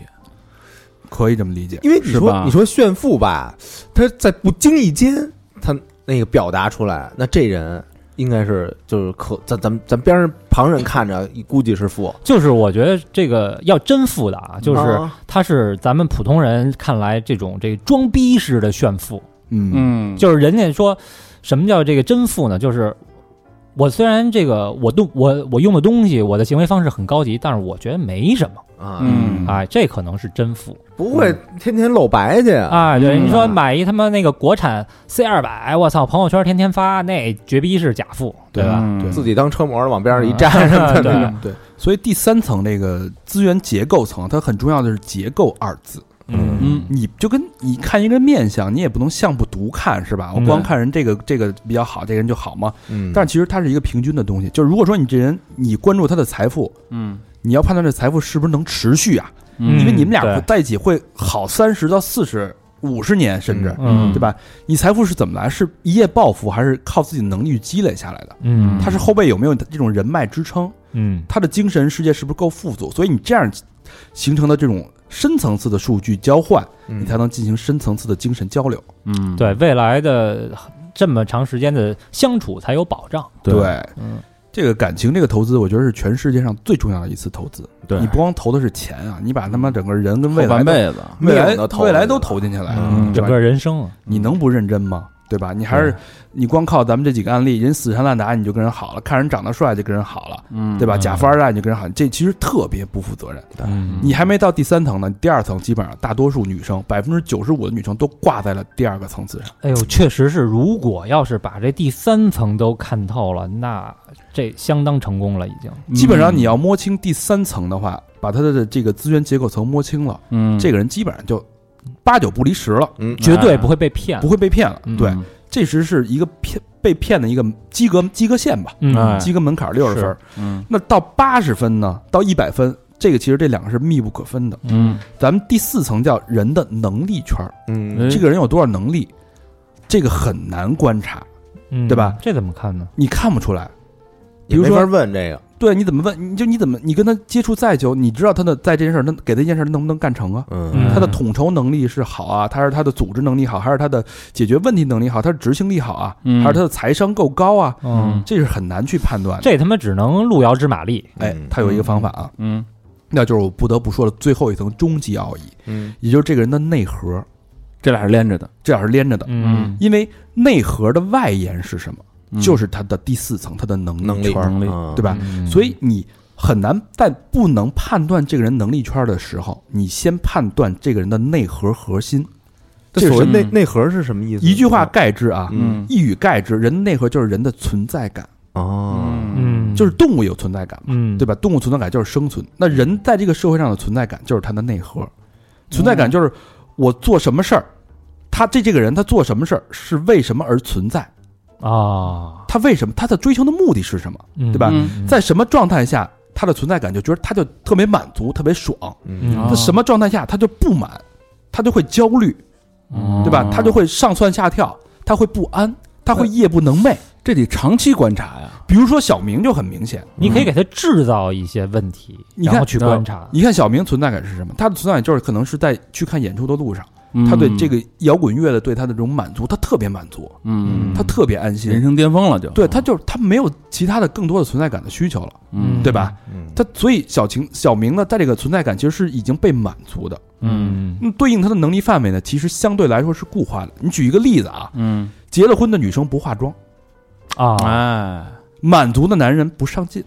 [SPEAKER 1] 可以这么理解，
[SPEAKER 2] 因为你
[SPEAKER 4] 是
[SPEAKER 2] 说
[SPEAKER 4] 吧
[SPEAKER 2] 你说炫富吧，他在不经意间他那个表达出来，那这人应该是就是可咱咱们咱边上旁人看着估计是富，
[SPEAKER 3] 就是我觉得这个要真富的啊，就是
[SPEAKER 1] 哦
[SPEAKER 2] 啊
[SPEAKER 3] 它是咱们普通人看来这种这装逼式的炫富，
[SPEAKER 1] 嗯
[SPEAKER 4] 嗯，
[SPEAKER 3] 就是人家说什么叫这个真富呢？就是我虽然这个我动我我用的东西，我的行为方式很高级，但是我觉得没什么。
[SPEAKER 2] 啊，
[SPEAKER 4] 嗯
[SPEAKER 3] 哎，这可能是真富。
[SPEAKER 2] 不会天天露白去啊？
[SPEAKER 3] 啊，对，
[SPEAKER 4] 嗯
[SPEAKER 3] 你说买一他妈那个国产 C 二百，我操，朋友圈天天发，那绝逼是假富，对吧？
[SPEAKER 4] 嗯
[SPEAKER 1] 对
[SPEAKER 2] 自己当车模往边上一站什么
[SPEAKER 3] 对
[SPEAKER 2] 的，
[SPEAKER 1] 对，所以第三层这个资源结构层，它很重要的是“结构”二字。
[SPEAKER 3] 嗯
[SPEAKER 4] 嗯
[SPEAKER 1] 你就跟你看一个面相，你也不能相不独看，是吧？我
[SPEAKER 3] 嗯
[SPEAKER 1] 光看人这个这个比较好，这个人就好吗？
[SPEAKER 2] 嗯
[SPEAKER 1] 但其实它是一个平均的东西。就是如果说你这人，你关注他的财富，
[SPEAKER 4] 嗯
[SPEAKER 1] 你要判断这财富是不是能持续啊？
[SPEAKER 3] 嗯
[SPEAKER 1] 因为你们俩
[SPEAKER 3] 对
[SPEAKER 1] 在一起会好三十到四十、五十年，甚至、
[SPEAKER 3] 嗯，
[SPEAKER 1] 对吧？你财富是怎么来？是一夜暴富，还是靠自己的能力积累下来的？
[SPEAKER 3] 嗯，
[SPEAKER 1] 他是后背有没有这种人脉支撑？
[SPEAKER 3] 嗯
[SPEAKER 1] 他的精神世界是不是够富足？所以你这样形成的这种深层次的数据交换，
[SPEAKER 2] 嗯
[SPEAKER 1] 你才能进行深层次的精神交流。
[SPEAKER 4] 嗯，
[SPEAKER 3] 对未来的这么长时间的相处才有保障。嗯
[SPEAKER 1] 这个感情这个投资，我觉得是全世界上最重要的一次投资。
[SPEAKER 4] 对
[SPEAKER 1] 你不光投的是钱啊，你把他妈整个人跟未
[SPEAKER 4] 后
[SPEAKER 1] 来
[SPEAKER 4] 半
[SPEAKER 1] 都、
[SPEAKER 4] 辈子，
[SPEAKER 1] 未来
[SPEAKER 2] 命都投
[SPEAKER 1] 未来
[SPEAKER 2] 进去
[SPEAKER 1] 都
[SPEAKER 2] 了
[SPEAKER 1] 投进去了，
[SPEAKER 4] 嗯
[SPEAKER 1] 对
[SPEAKER 3] 整
[SPEAKER 1] 吧？
[SPEAKER 3] 个人生啊，
[SPEAKER 1] 你能不认真吗？对吧？你还是你光靠咱们这几个案例，人死缠烂打你就跟人好了，看人长得帅就跟人好了，
[SPEAKER 4] 嗯，
[SPEAKER 1] 对吧？
[SPEAKER 3] 嗯
[SPEAKER 1] 假富二代你就跟人好，这其实特别不负责任。
[SPEAKER 3] 嗯
[SPEAKER 1] 你还没到第三层呢，第二层基本上大多数女生，百分之九十五的女生都挂在了第二个层次上。
[SPEAKER 3] 哎呦，确实是，如果要是把这第三层都看透了，那这相当成功了，已经。
[SPEAKER 1] 基本上你要摸清第三层的话，把她的这个资源结构层摸清了，
[SPEAKER 4] 嗯，
[SPEAKER 1] 这个人基本上就八九不离十了，
[SPEAKER 2] 嗯
[SPEAKER 3] 绝对不会被骗
[SPEAKER 1] 不，会被骗了。
[SPEAKER 3] 嗯
[SPEAKER 1] 对，这时是一个骗被骗的一个及格及格线吧，
[SPEAKER 3] 嗯
[SPEAKER 4] 哎
[SPEAKER 1] 及格门槛六十分
[SPEAKER 3] 是。
[SPEAKER 4] 嗯
[SPEAKER 1] 那到八十分呢？到一百分，这个其实这两个是密不可分的。
[SPEAKER 4] 嗯
[SPEAKER 1] 咱们第四层叫人的能力圈儿，
[SPEAKER 2] 嗯
[SPEAKER 4] 哎
[SPEAKER 1] 这个人有多少能力，这个很难观察，
[SPEAKER 3] 嗯
[SPEAKER 1] 对吧？
[SPEAKER 3] 这怎么看呢？
[SPEAKER 1] 你看不出来。比
[SPEAKER 2] 也
[SPEAKER 1] 如
[SPEAKER 2] 没
[SPEAKER 1] 说
[SPEAKER 2] 法问这个，
[SPEAKER 1] 对，你怎么问？你就你怎么，你跟他接触再久，你知道他的在这件事儿，他给他一件事儿能不能干成啊？
[SPEAKER 2] 嗯
[SPEAKER 3] 嗯
[SPEAKER 1] 他的统筹能力是好啊，他是他的组织能力好，还是他的解决问题能力好，他的执行力好啊，
[SPEAKER 4] 嗯
[SPEAKER 1] 还是他的财商够高啊？
[SPEAKER 4] 嗯
[SPEAKER 1] 这是很难去判断的。
[SPEAKER 3] 这他妈只能路遥知马力。
[SPEAKER 1] 哎
[SPEAKER 2] 嗯，
[SPEAKER 1] 他有一个方法啊，
[SPEAKER 4] 嗯
[SPEAKER 1] 那就是我不得不说的最后一层终极奥义，
[SPEAKER 2] 嗯
[SPEAKER 1] 也就是这个人的内核，
[SPEAKER 4] 这俩是连着的，
[SPEAKER 1] 这俩是连着的。
[SPEAKER 4] 嗯
[SPEAKER 1] 因为内核的外延是什么？
[SPEAKER 4] 嗯
[SPEAKER 1] 就是他的第四层，他的能
[SPEAKER 2] 能力
[SPEAKER 1] 圈儿，
[SPEAKER 4] 能力
[SPEAKER 1] 对吧？
[SPEAKER 3] 嗯
[SPEAKER 1] 所以你很难在不能判断这个人能力圈的时候，你先判断这个人的内核核心。
[SPEAKER 2] 这
[SPEAKER 1] 这
[SPEAKER 2] 所谓
[SPEAKER 4] 是
[SPEAKER 2] 内内核是什么意思？
[SPEAKER 1] 一句话概之啊，
[SPEAKER 4] 嗯
[SPEAKER 1] 一语概之，人的内核就是人的存在感，
[SPEAKER 2] 哦，
[SPEAKER 3] 嗯，
[SPEAKER 1] 就是动物有存在感嘛，
[SPEAKER 3] 嗯，
[SPEAKER 1] 对
[SPEAKER 3] 吧？
[SPEAKER 1] 吧？动物存在感就是生存，那人在这个社会上的存在感就是他的内核，存在感就是我做什么事儿，他这这个人他做什么事儿是为什么而存在，
[SPEAKER 3] 啊，
[SPEAKER 1] 他为什么他的追求的目的是什么？
[SPEAKER 3] 对
[SPEAKER 1] 对吧
[SPEAKER 4] 嗯
[SPEAKER 1] 在什么状态下，他的存在感就觉得他就特别满足，特别爽。
[SPEAKER 2] 嗯
[SPEAKER 3] 哦
[SPEAKER 4] 啊
[SPEAKER 1] 那什么状态下他就不满，他就会焦虑，嗯对
[SPEAKER 4] 哦
[SPEAKER 1] 吧？他就会上蹿下跳，他会不安，他会夜不能寐。
[SPEAKER 4] 这得长期观察呀，
[SPEAKER 1] 比如说小明就很明显，
[SPEAKER 3] 你可以给他制造一些问题，
[SPEAKER 1] 你
[SPEAKER 3] 然
[SPEAKER 1] 看
[SPEAKER 3] 后去观察。
[SPEAKER 1] 你看小明存在感是什么？他的存在感就是可能是在去看演出的路上，
[SPEAKER 4] 嗯
[SPEAKER 1] 他对这
[SPEAKER 4] 个
[SPEAKER 1] 个摇滚乐的对他的这种满足，他特别满足，
[SPEAKER 4] 嗯
[SPEAKER 1] 他特别安
[SPEAKER 4] 人
[SPEAKER 1] 心。
[SPEAKER 4] 生巅峰了就，
[SPEAKER 1] 对他就是他没有其他的更多的存在感的需求了，
[SPEAKER 4] 嗯
[SPEAKER 1] 对吧？
[SPEAKER 2] 嗯
[SPEAKER 1] 他所以小晴小明呢，在这个存在感其实是已经被满足的。
[SPEAKER 4] 嗯
[SPEAKER 1] 嗯，对应他的能力范围呢，其实相对来说是固化的。你举一个例子啊，
[SPEAKER 4] 嗯
[SPEAKER 1] 结了婚的女生不化妆，
[SPEAKER 3] 啊，
[SPEAKER 4] 哎
[SPEAKER 1] 满足的男人不上进，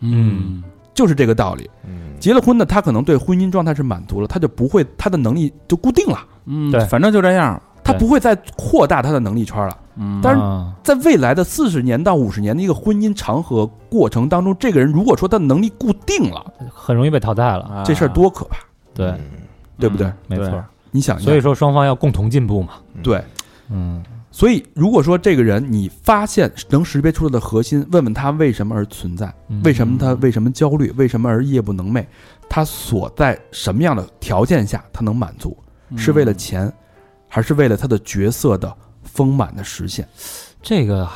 [SPEAKER 4] 嗯
[SPEAKER 1] 就是这个道理。
[SPEAKER 2] 嗯
[SPEAKER 1] 结了婚的他可能对婚姻状态是满足了，他就不会他的能力就固定了，
[SPEAKER 4] 嗯，
[SPEAKER 3] 对
[SPEAKER 4] 反正就这样，
[SPEAKER 1] 他
[SPEAKER 3] 对
[SPEAKER 1] 不会再扩大他的能力圈了。
[SPEAKER 4] 嗯，
[SPEAKER 1] 但是
[SPEAKER 3] 啊
[SPEAKER 1] 在未来的四十年到五十年的一个婚姻长河过程当中，这个人如果说他的能力固定了，
[SPEAKER 3] 很容易被淘汰了。
[SPEAKER 4] 啊
[SPEAKER 1] 这事儿多可怕，
[SPEAKER 3] 对，
[SPEAKER 1] 对不对？
[SPEAKER 4] 嗯
[SPEAKER 3] 没错。
[SPEAKER 1] 你想一下，
[SPEAKER 3] 所以说双方要共同进步嘛。
[SPEAKER 1] 对，
[SPEAKER 3] 嗯
[SPEAKER 1] 所以如果说这个人你发现能识别出他的核心，问问他为什么而存在。
[SPEAKER 3] 嗯
[SPEAKER 1] 为什么他为什么焦虑？为什么而夜不能寐？他所在什么样的条件下他能满足？
[SPEAKER 4] 嗯
[SPEAKER 1] 是为了钱，还是为了他的角色的丰满的实现？
[SPEAKER 3] 这个啊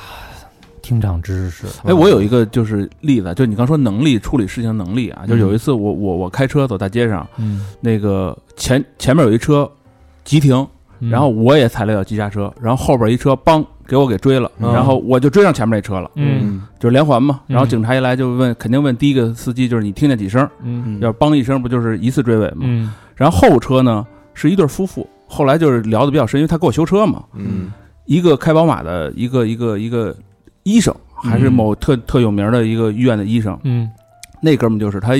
[SPEAKER 3] 听长知识？
[SPEAKER 4] 哎，我有一个就是例子，就你刚说能力处理事情能力啊，
[SPEAKER 1] 嗯
[SPEAKER 4] 就是有一次我我我开车走大街上，
[SPEAKER 3] 嗯，
[SPEAKER 4] 那个前前面有一车急停，
[SPEAKER 3] 嗯
[SPEAKER 4] 然后我也踩了脚急刹车，然后后边一车梆给我给追了，
[SPEAKER 2] 嗯
[SPEAKER 4] 然后我就追上前面那车了，
[SPEAKER 3] 嗯
[SPEAKER 4] 就是连环嘛。
[SPEAKER 3] 嗯
[SPEAKER 4] 然后警察一来就问，肯定问第一个司机就是你听见几声，
[SPEAKER 3] 嗯
[SPEAKER 4] 要是梆一声不就是一次追尾嘛。
[SPEAKER 3] 嗯
[SPEAKER 4] 然后后车呢是一对夫妇，后来就是聊的比较深，因为他给我修车嘛，
[SPEAKER 2] 嗯
[SPEAKER 4] 一个开宝马的，一个一个一个医生，还是某特特有名儿的一个医院的医生。
[SPEAKER 3] 嗯
[SPEAKER 4] 那哥们儿就是他，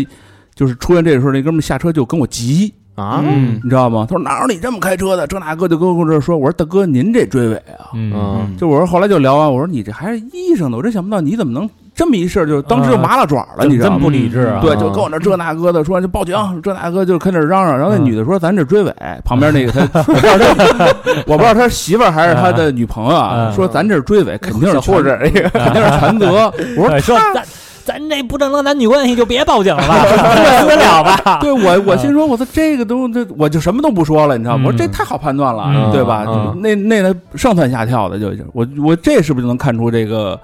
[SPEAKER 4] 就是出现这个时候，那哥们儿下车就跟我急，
[SPEAKER 2] 啊，
[SPEAKER 3] 嗯
[SPEAKER 4] 你知道吗？他说哪有你这么开车的？这那个就跟我这说，我说大哥您这追尾啊！
[SPEAKER 3] 嗯
[SPEAKER 2] 嗯，
[SPEAKER 4] 就我说后来就聊完，我说你这还是医生呢，我真想不到你怎么能这么一事儿，就是当时就麻了爪了，你知
[SPEAKER 3] 啊这
[SPEAKER 4] 道
[SPEAKER 3] 么
[SPEAKER 4] 吗？嗯
[SPEAKER 3] 不理智啊？
[SPEAKER 4] 对，就跟我那这那个的说就报警，这那个就开始嚷嚷，然后那
[SPEAKER 3] 嗯
[SPEAKER 4] 女的说咱这追尾，旁边那个他， 我不知道他，我不知道他媳妇儿还是他的女朋友啊，
[SPEAKER 3] 嗯
[SPEAKER 4] 说咱这追尾肯定是
[SPEAKER 2] 小护
[SPEAKER 4] 全
[SPEAKER 2] 士，哎呀
[SPEAKER 4] 肯定是 全责。我说
[SPEAKER 3] 对哎说咱咱这不正当男女关系就别报警了吧， 私了吧。
[SPEAKER 4] 对我，我心说，我操，这个东西，这我就什么都不说了，你知道
[SPEAKER 3] 嗯
[SPEAKER 4] 吗？我说这太好判断了，
[SPEAKER 3] 嗯
[SPEAKER 4] 对吧？
[SPEAKER 2] 嗯
[SPEAKER 4] 那那个上蹿下跳的就，就我我这是不是就能看出这个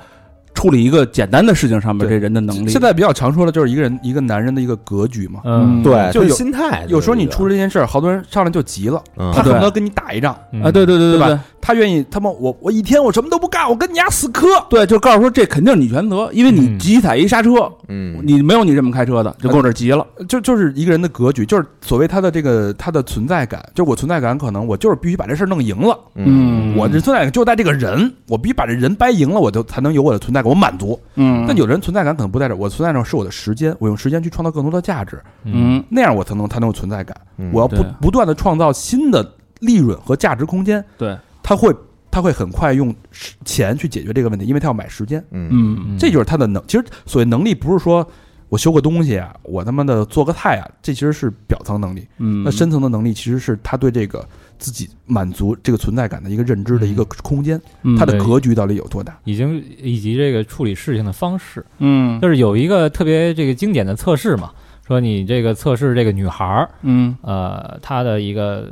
[SPEAKER 4] 处理一个简单的事情上面
[SPEAKER 1] 对
[SPEAKER 4] 这人的能力？
[SPEAKER 1] 现在比较常说的就是一个人一个男人的一个格局嘛。
[SPEAKER 3] 嗯
[SPEAKER 2] 对，
[SPEAKER 1] 就
[SPEAKER 2] 这
[SPEAKER 1] 有
[SPEAKER 2] 心态的这个，
[SPEAKER 1] 有时候你出这件事儿，好多人上来就急了，
[SPEAKER 2] 嗯，
[SPEAKER 1] 他
[SPEAKER 4] 对
[SPEAKER 1] 恨不得跟你打一仗，
[SPEAKER 3] 嗯
[SPEAKER 4] 啊，对对对
[SPEAKER 1] 对吧
[SPEAKER 4] 对
[SPEAKER 1] 他愿意他妈我我一天我什么都不干，我跟你俩死磕。
[SPEAKER 4] 对，就告诉说这肯定是你全责，因为你
[SPEAKER 3] 嗯
[SPEAKER 4] 急踩一刹车，
[SPEAKER 2] 嗯，
[SPEAKER 4] 你没有你这么开车的，就跟我这儿急了。
[SPEAKER 1] 就就是一个人的格局，就是所谓他的这个他的存在感，就我存在感可能我就是必须把这事儿弄赢了，
[SPEAKER 2] 嗯
[SPEAKER 1] 我这存在感就在这个人，我必须把这人掰赢了，我就才能有我的存在感，我满足。
[SPEAKER 4] 嗯，
[SPEAKER 1] 但有的人存在感可能不在这儿，我存在感是我的时间，我用时间去创造更多的价值，
[SPEAKER 4] 嗯
[SPEAKER 1] 那样我才能才能有存在感。
[SPEAKER 2] 嗯
[SPEAKER 1] 我要不
[SPEAKER 4] 对
[SPEAKER 1] 不断的创造新的利润和价值空间，
[SPEAKER 4] 对，
[SPEAKER 1] 他会他会很快用时钱去解决这个问题，因为他要买时间。
[SPEAKER 2] 嗯
[SPEAKER 4] 嗯
[SPEAKER 1] 这就是他的能。其实所谓能力，不是说我修个东西啊，我他妈的做个菜啊，这其实是表层能力。
[SPEAKER 4] 嗯，
[SPEAKER 1] 那深层的能力其实是他对这个自己满足这个存在感的一个认知的一个空间，
[SPEAKER 4] 嗯
[SPEAKER 1] 他的
[SPEAKER 3] 对
[SPEAKER 1] 格局到底有多大？
[SPEAKER 3] 已经以及这个处理事情的方式，
[SPEAKER 4] 嗯
[SPEAKER 3] 就是有一个特别这个经典的测试嘛，说你这个测试这个女孩儿，
[SPEAKER 4] 嗯
[SPEAKER 3] 呃，她的一个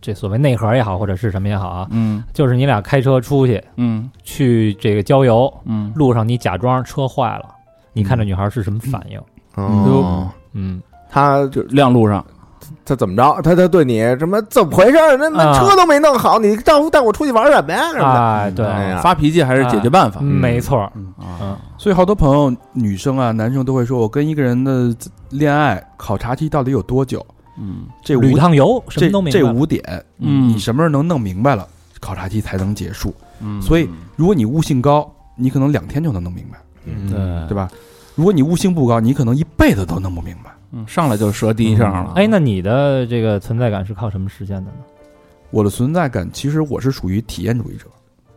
[SPEAKER 3] 这所谓内核也好，或者是什么也好啊，
[SPEAKER 4] 嗯
[SPEAKER 3] 就是你俩开车出去
[SPEAKER 4] 嗯
[SPEAKER 3] 去这个郊游，
[SPEAKER 4] 嗯，
[SPEAKER 3] 路上你假装车坏了，你看这女孩是什么反应？
[SPEAKER 2] 哦，
[SPEAKER 3] 嗯，
[SPEAKER 2] 他就
[SPEAKER 4] 就是亮路上，
[SPEAKER 2] 他怎么着？他他对你什么怎么回事儿？那那
[SPEAKER 3] 啊
[SPEAKER 2] 车都没弄好，你丈夫带我出去玩儿什么呀？什么的，
[SPEAKER 3] 哎，对，
[SPEAKER 2] 哎呀
[SPEAKER 4] 发脾气还是解决办法
[SPEAKER 3] 嗯没错儿，
[SPEAKER 4] 啊？
[SPEAKER 3] 嗯
[SPEAKER 1] 所以好多朋友，女生啊、男生都会说，我跟一个人的恋爱考察期到底有多久？
[SPEAKER 4] 嗯
[SPEAKER 1] 这
[SPEAKER 3] 旅
[SPEAKER 1] 五
[SPEAKER 3] 趟游什
[SPEAKER 1] 这
[SPEAKER 3] 么都没
[SPEAKER 1] 这五点，
[SPEAKER 4] 嗯
[SPEAKER 1] 你什么时候能弄明白了，考察期才能结束。
[SPEAKER 4] 嗯，
[SPEAKER 1] 所以如果你悟性高，你可能两天就能弄明白，
[SPEAKER 3] 对
[SPEAKER 1] 嗯对吧？如果你悟性不高，你可能一辈子都弄不明白。
[SPEAKER 4] 嗯上来就折第一声了。
[SPEAKER 3] 哎，那你的这个存在感是靠什么实现的呢？
[SPEAKER 1] 我的存在感，其实我是属于体验主义者，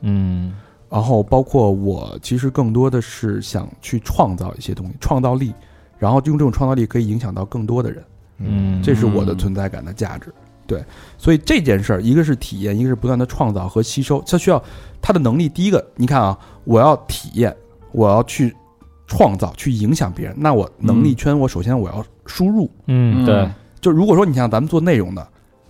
[SPEAKER 3] 嗯
[SPEAKER 1] 然后包括我其实更多的是想去创造一些东西，创造力，然后用这种创造力可以影响到更多的人，
[SPEAKER 3] 嗯，
[SPEAKER 1] 这是我的存在感的价值。对，所以这件事儿，一个是体验，一个是不断的创造和吸收，它需要它的能力。第一个，你看啊，我要体验，我要去创造，去影响别人，那我能力圈，我首先我要输入。
[SPEAKER 3] 嗯对，
[SPEAKER 1] 就如果说你像咱们做内容的，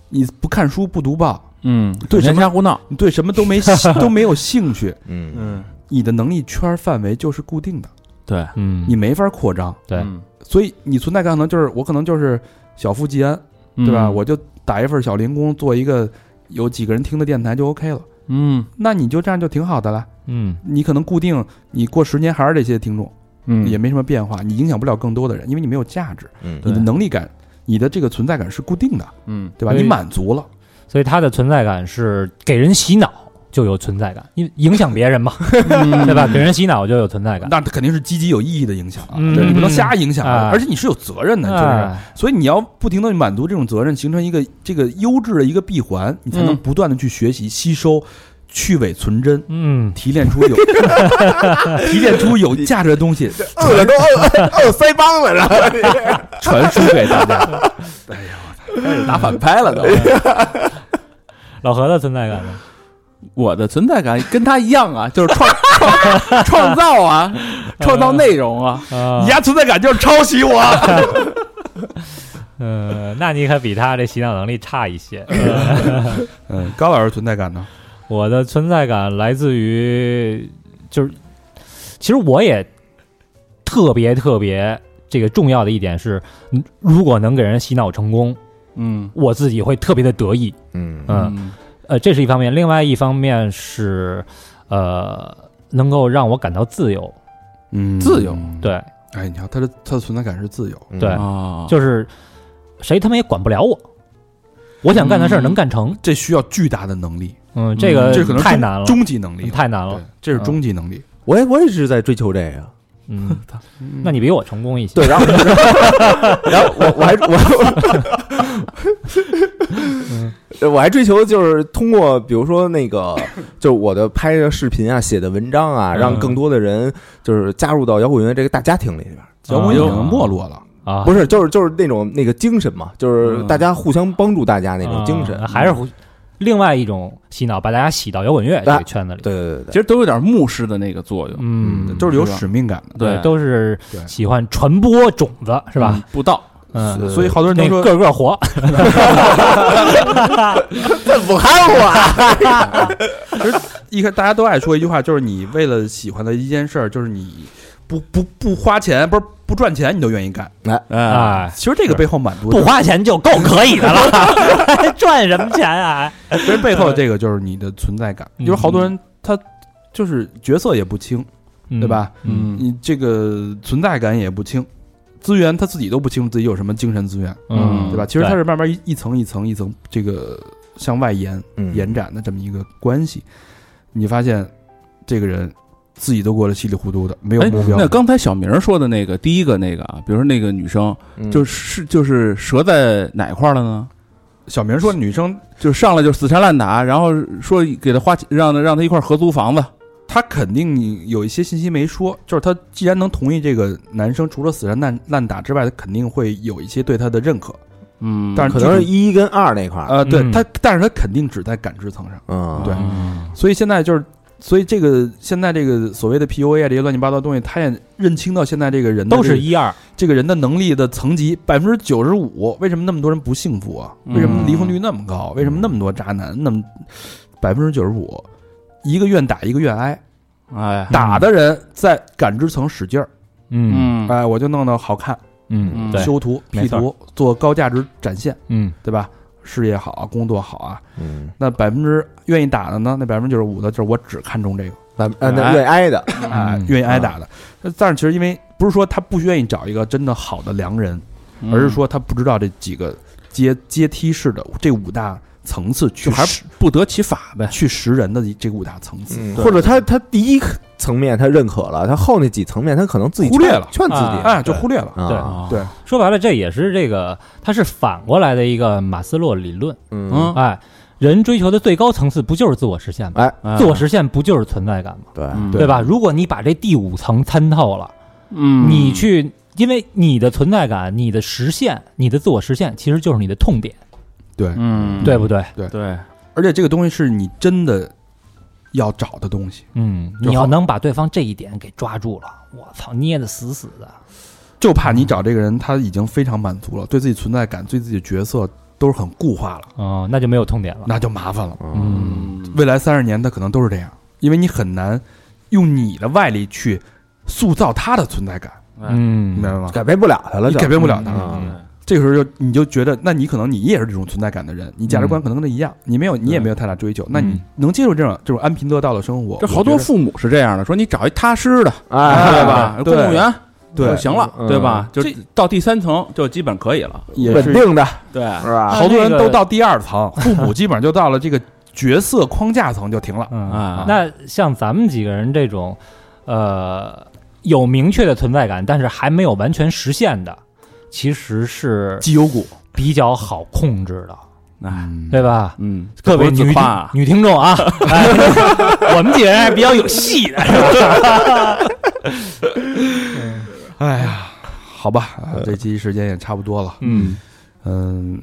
[SPEAKER 1] 你不看书不读报，
[SPEAKER 4] 嗯，
[SPEAKER 1] 对什
[SPEAKER 4] 人
[SPEAKER 1] 么
[SPEAKER 4] 瞎胡闹，
[SPEAKER 1] 你对什么都没都没有兴趣，
[SPEAKER 2] 嗯
[SPEAKER 4] 嗯，
[SPEAKER 1] 你的能力圈范围就是固定的，
[SPEAKER 4] 对
[SPEAKER 3] 嗯
[SPEAKER 1] 你没法扩张。
[SPEAKER 3] 对
[SPEAKER 1] 所以你存在感可能就是我可能就是小富即安，
[SPEAKER 4] 嗯
[SPEAKER 1] 对吧？我就打一份小零工，做一个有几个人听的电台就 OK 了。
[SPEAKER 4] 嗯
[SPEAKER 1] 那你就这样就挺好的了。
[SPEAKER 3] 嗯
[SPEAKER 1] 你可能固定，你过十年还是这些听众，
[SPEAKER 4] 嗯
[SPEAKER 1] 也没什么变化，你影响不了更多的人，因为你没有价值，
[SPEAKER 2] 嗯
[SPEAKER 4] 对
[SPEAKER 1] 你的能力感、你的这个存在感是固定的，
[SPEAKER 4] 嗯
[SPEAKER 1] 对吧？
[SPEAKER 3] 对
[SPEAKER 1] 你满足了，
[SPEAKER 3] 所以他的存在感是给人洗脑就有存在感，因为影响别 人嘛，
[SPEAKER 4] 嗯
[SPEAKER 3] 对吧？给人洗脑就有存在感。
[SPEAKER 1] 那肯定是积极有意义的影响啊，
[SPEAKER 3] 嗯
[SPEAKER 1] 对你不能瞎影响啊，
[SPEAKER 3] 哎
[SPEAKER 1] 而且你是有责任的，就是。
[SPEAKER 3] 哎
[SPEAKER 1] 所以你要不停的满足这种责任，形成一个这个优质的一个闭环，你才能
[SPEAKER 4] 嗯
[SPEAKER 1] 不断的去学习、吸收、去伪存真，
[SPEAKER 3] 嗯，
[SPEAKER 1] 提炼 出有提炼出有价值的东西，
[SPEAKER 2] 饿的都饿饿腮帮子了，
[SPEAKER 1] 传输给大 家。哎
[SPEAKER 4] 打反拍了都。
[SPEAKER 3] 老何的存在 感呢？
[SPEAKER 4] 我的存在感跟他一样啊，就是创创创造啊，创造内容啊。
[SPEAKER 3] 啊
[SPEAKER 1] 你，家存在感就是抄袭我，
[SPEAKER 3] 呃，那你可比他这洗脑能力差一些。
[SPEAKER 1] 嗯，高老师存在感呢？
[SPEAKER 3] 我的存在感来自于，就是，其实我也特别特别这个重要的一点是，嗯如果能给人洗脑成功，
[SPEAKER 4] 嗯
[SPEAKER 3] 我自己会特别的得意。
[SPEAKER 2] 嗯
[SPEAKER 3] 嗯，呃，这是一方面，另外一方面是，呃，能够让我感到自由。
[SPEAKER 1] 嗯，
[SPEAKER 4] 自由。
[SPEAKER 3] 对，
[SPEAKER 1] 哎，你看他的他的存在感是自由，
[SPEAKER 3] 对
[SPEAKER 4] 啊，
[SPEAKER 3] 就是谁他妈也管不了我，我想干的事儿
[SPEAKER 4] 嗯
[SPEAKER 3] 能干成。
[SPEAKER 1] 这需要巨大的能力，
[SPEAKER 3] 嗯，这个
[SPEAKER 1] 这可能
[SPEAKER 3] 太难了，
[SPEAKER 1] 终极能力，
[SPEAKER 3] 太难了
[SPEAKER 1] 对。，这是终极能力。
[SPEAKER 2] 我也我也是在追求这个。
[SPEAKER 3] 嗯，那你比我成功一些。
[SPEAKER 2] 对，然后然后我我还我呃 我还追求就是通过比如说那个就是我的拍的视频啊、写的文章啊，
[SPEAKER 3] 嗯
[SPEAKER 2] 让更多的人就是加入到摇滚乐这个大家庭里边。
[SPEAKER 1] 摇滚已
[SPEAKER 3] 啊有
[SPEAKER 1] 经没落了，
[SPEAKER 3] 啊，
[SPEAKER 2] 不是，就是就是那种那个精神嘛，就是
[SPEAKER 4] 嗯
[SPEAKER 2] 大家互相帮助大家那种精神。
[SPEAKER 3] 啊还是胡另外一种洗脑，把大家洗到摇滚乐这个圈子里。
[SPEAKER 2] 对对对
[SPEAKER 4] 其
[SPEAKER 2] 对，
[SPEAKER 4] 实都有点牧师的那个作用，
[SPEAKER 3] 嗯，
[SPEAKER 1] 就是有
[SPEAKER 4] 是吧
[SPEAKER 1] 使命感的，
[SPEAKER 4] 对，
[SPEAKER 3] 都是
[SPEAKER 1] 对
[SPEAKER 3] 喜欢传播种子，是吧？
[SPEAKER 4] 嗯？布道，
[SPEAKER 3] 嗯，
[SPEAKER 1] 所以好多人都
[SPEAKER 3] 那
[SPEAKER 1] 说
[SPEAKER 3] 个个活，
[SPEAKER 2] 不看我，
[SPEAKER 1] 一开大家都爱说一句话，就是你为了喜欢的一件事儿，就是你不不不花钱，不是不赚钱，你都愿意干。
[SPEAKER 4] 哎，
[SPEAKER 3] 哎，
[SPEAKER 1] 其实这个背后满足
[SPEAKER 3] 不，花钱就够可以的了， 赚什么钱啊？
[SPEAKER 1] 其 实背后这个就是你的存在感。
[SPEAKER 3] 嗯
[SPEAKER 1] 就是好多人他就是角色也不清，对
[SPEAKER 3] 对
[SPEAKER 1] 吧？
[SPEAKER 3] 嗯
[SPEAKER 1] 你这个存在感也不清，资源他自己都不清楚自己有什么精神资源，
[SPEAKER 3] 嗯，
[SPEAKER 1] 对吧？其实他是慢慢一一层一层一层这个向外延
[SPEAKER 2] 嗯
[SPEAKER 1] 延展的这么一个关系，你发现这个人自己都过得稀里糊涂的，没有
[SPEAKER 4] 哎
[SPEAKER 1] 目标。
[SPEAKER 4] 那刚才小明说的那个第一个那个啊，比如说那个女生，
[SPEAKER 2] 嗯
[SPEAKER 1] 嗯
[SPEAKER 4] 就是是就是折在哪块儿了呢？
[SPEAKER 1] 小明说，女生
[SPEAKER 4] 就是上来就死缠烂打，然后说给他花钱，让他让他一块儿合租房子，
[SPEAKER 1] 她肯定有一些信息没说，就是她既然能同意这个男生除了死缠烂烂打之外，她肯定会有一些对他的认可。
[SPEAKER 4] 嗯
[SPEAKER 1] 但
[SPEAKER 4] 但
[SPEAKER 1] 是
[SPEAKER 4] 是
[SPEAKER 2] 可能是一跟二那块儿，
[SPEAKER 1] 呃，对
[SPEAKER 3] 嗯
[SPEAKER 1] 她，但是她肯定只在感知层上，
[SPEAKER 2] 嗯，
[SPEAKER 1] 对
[SPEAKER 3] 嗯
[SPEAKER 1] 所以现在就是。所以这个现在这个所谓的 PUA 啊，这些乱七八糟的东西，她也认清到现在这个人的
[SPEAKER 3] 都
[SPEAKER 1] 这个
[SPEAKER 3] 是一二，
[SPEAKER 1] 这个人的能力的层级百分之九十五，为什么那么多人不幸福啊？
[SPEAKER 4] 嗯
[SPEAKER 1] 为什么离婚率那么高？为什么那么多渣男？那么百分之九十五，一个愿打一个愿挨，
[SPEAKER 4] 哎，
[SPEAKER 1] 打的人在感知层使劲儿，
[SPEAKER 3] 嗯
[SPEAKER 4] 嗯
[SPEAKER 1] 哎，我就弄得好看，
[SPEAKER 3] 嗯
[SPEAKER 4] 对
[SPEAKER 1] 修图、
[SPEAKER 3] 没
[SPEAKER 1] P
[SPEAKER 3] 错
[SPEAKER 1] 图，做高价值展现，
[SPEAKER 3] 嗯
[SPEAKER 1] 对吧？事业好啊，工作好啊，
[SPEAKER 2] 嗯，
[SPEAKER 1] 那百分之愿意打的呢？那百分之九十五的就是我只看重这个，
[SPEAKER 2] 那呃那愿意挨的，
[SPEAKER 3] 嗯
[SPEAKER 1] 哎，愿意挨打的。那但是其实因为不是说他不愿意找一个真的好的良人，而是说他不知道这几个阶阶梯式的这五大层次去
[SPEAKER 4] 就还
[SPEAKER 1] 识
[SPEAKER 4] 不得其法呗。
[SPEAKER 1] 去识人的这五大层次。
[SPEAKER 2] 嗯或者他他第一层面他认可了，他后那几层面他可能自己
[SPEAKER 1] 忽略了
[SPEAKER 2] 劝劝自己
[SPEAKER 3] 啊
[SPEAKER 1] 哎，就忽略了。
[SPEAKER 3] 对
[SPEAKER 2] 啊，
[SPEAKER 1] 对，
[SPEAKER 3] 说白了，这也是这个，它是反过来的一个马斯洛理论。
[SPEAKER 2] 嗯，
[SPEAKER 3] 哎，人追求的最高层次不就是自我实现吗？
[SPEAKER 2] 哎，
[SPEAKER 4] 哎
[SPEAKER 3] 自我实现不就是存在感吗？
[SPEAKER 2] 对，
[SPEAKER 4] 嗯
[SPEAKER 3] 对吧？如果你把这第五层参透了，
[SPEAKER 4] 嗯，
[SPEAKER 3] 你去，因为你的存在感、你的实现、你的自我实现，其实就是你的痛点，
[SPEAKER 1] 对，
[SPEAKER 4] 嗯，
[SPEAKER 3] 对不对？
[SPEAKER 4] 对，
[SPEAKER 1] 而且这个东西是你真的要找的东西。
[SPEAKER 3] 嗯，
[SPEAKER 1] 就
[SPEAKER 3] 你
[SPEAKER 1] 好
[SPEAKER 3] 要能把对方这一点给抓住了，我操，捏得死死的。
[SPEAKER 1] 就怕你找这个人，他已经非常满足了，对自己存在感、对自己的角色都是很固化了，
[SPEAKER 3] 哦，那就没有痛点了。
[SPEAKER 1] 那就麻烦了。
[SPEAKER 2] 嗯
[SPEAKER 3] 嗯，
[SPEAKER 1] 未来三十年，他可能都是这样，因为你很难用你的外力去塑造他的存在感，
[SPEAKER 3] 嗯，
[SPEAKER 1] 明白吗？
[SPEAKER 2] 改变不了他了，
[SPEAKER 1] 你
[SPEAKER 2] 就
[SPEAKER 1] 改变不了他，
[SPEAKER 4] 嗯
[SPEAKER 2] 啊
[SPEAKER 1] 这个时候就你就觉得，那你可能你也是这种存在感的人，你价值观可能跟他一样，你没有你也没有太大追求，那你能接受这种这种安贫乐道的生活，
[SPEAKER 4] 这好多
[SPEAKER 1] 我觉
[SPEAKER 4] 父母是这样的，说你找一踏实的，
[SPEAKER 2] 哎，
[SPEAKER 4] 对吧？
[SPEAKER 1] 对
[SPEAKER 4] 公务员
[SPEAKER 1] 对
[SPEAKER 4] 就行了，
[SPEAKER 2] 嗯
[SPEAKER 4] 对吧？就
[SPEAKER 1] 这
[SPEAKER 4] 到第三层就基本可以了，
[SPEAKER 1] 得也
[SPEAKER 2] 稳
[SPEAKER 1] 是
[SPEAKER 2] 定的
[SPEAKER 4] 对，
[SPEAKER 2] 是吧？
[SPEAKER 1] 好多人都到第二 层，父母基本上就到了这个角色框架层就停了。
[SPEAKER 3] 嗯
[SPEAKER 4] 啊
[SPEAKER 3] 那像咱们几个人这种，呃，有明确的存在感，但是还没有完全实现的，其实是
[SPEAKER 1] 绩优股，
[SPEAKER 3] 比较好控制的，
[SPEAKER 4] 哎，
[SPEAKER 3] 对吧？
[SPEAKER 4] 嗯，
[SPEAKER 3] 各位
[SPEAKER 4] 这不是
[SPEAKER 3] 女
[SPEAKER 4] 自夸啊
[SPEAKER 3] 女听众啊，哎我们几个人还比较有戏的，
[SPEAKER 1] 哎呀，好吧，啊这期时间也差不多了，
[SPEAKER 4] 嗯
[SPEAKER 1] 嗯，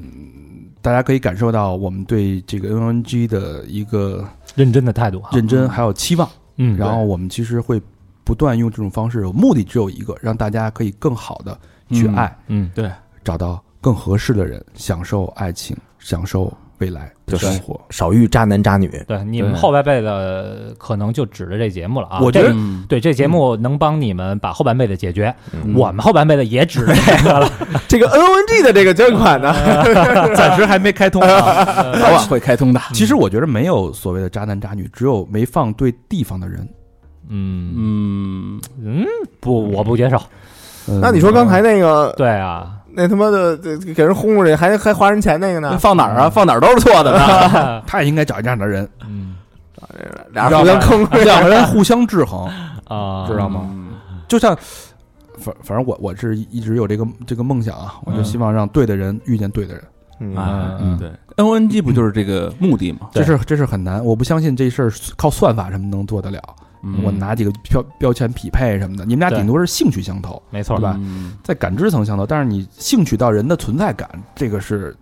[SPEAKER 1] 大家可以感受到我们对这个 NNG 的一个
[SPEAKER 3] 认真的态度啊，
[SPEAKER 1] 认真还有期望。
[SPEAKER 3] 嗯，
[SPEAKER 1] 然后我们其实会不断用这种方式，目的只有一个，让大家可以更好的去
[SPEAKER 4] 嗯
[SPEAKER 1] 爱，
[SPEAKER 3] 嗯，
[SPEAKER 1] 找到更合适的人，享受爱情，享受未来的
[SPEAKER 2] 就是嗯
[SPEAKER 1] 生活。
[SPEAKER 2] 少遇渣男渣女，
[SPEAKER 3] 对，你们
[SPEAKER 4] 对
[SPEAKER 3] 后半辈子可能就指着这节目了啊，
[SPEAKER 1] 我觉得
[SPEAKER 4] 嗯
[SPEAKER 3] 这 对这节目能帮你们把后半辈子解决，
[SPEAKER 2] 嗯
[SPEAKER 3] 我们后半辈子也指着这个了，
[SPEAKER 2] 这个 N O N G 的这个捐款呢，
[SPEAKER 1] 暂时还没开通、啊。
[SPEAKER 4] 早晚会开通的，
[SPEAKER 1] 其实我觉得没有所谓的渣男渣女，只有没放对地方的人。
[SPEAKER 3] 嗯
[SPEAKER 4] 嗯，
[SPEAKER 3] 嗯，不，我不接受，
[SPEAKER 1] 嗯
[SPEAKER 2] 那你说刚才那个
[SPEAKER 3] 对啊，
[SPEAKER 2] 那他妈的这给人轰出去，还还花人钱那个呢？
[SPEAKER 4] 放哪儿啊？放哪儿都是错的呢。
[SPEAKER 1] 他也应该找这样的人，
[SPEAKER 3] 嗯
[SPEAKER 2] 俩人互相坑，
[SPEAKER 1] 两个人互相制衡，
[SPEAKER 3] 啊，
[SPEAKER 1] 知道吗？
[SPEAKER 4] 嗯
[SPEAKER 1] 就像反反正我我是一直有这个这个梦想啊，我就
[SPEAKER 4] 嗯
[SPEAKER 1] 希望让对的人遇见对的人，
[SPEAKER 2] 嗯
[SPEAKER 4] 啊，
[SPEAKER 1] 嗯
[SPEAKER 4] 对，N O N G 不就是这个目的吗？
[SPEAKER 1] 这是这是很难，我不相信这事儿靠算法什么能做得了。
[SPEAKER 4] 嗯
[SPEAKER 1] 我拿几个标标签匹配什么的，你们俩
[SPEAKER 3] 对
[SPEAKER 1] 顶多是兴趣相投，
[SPEAKER 3] 没错
[SPEAKER 1] 对吧？
[SPEAKER 4] 嗯
[SPEAKER 1] 在感知层相投，但是你兴趣到人的存在感，这个是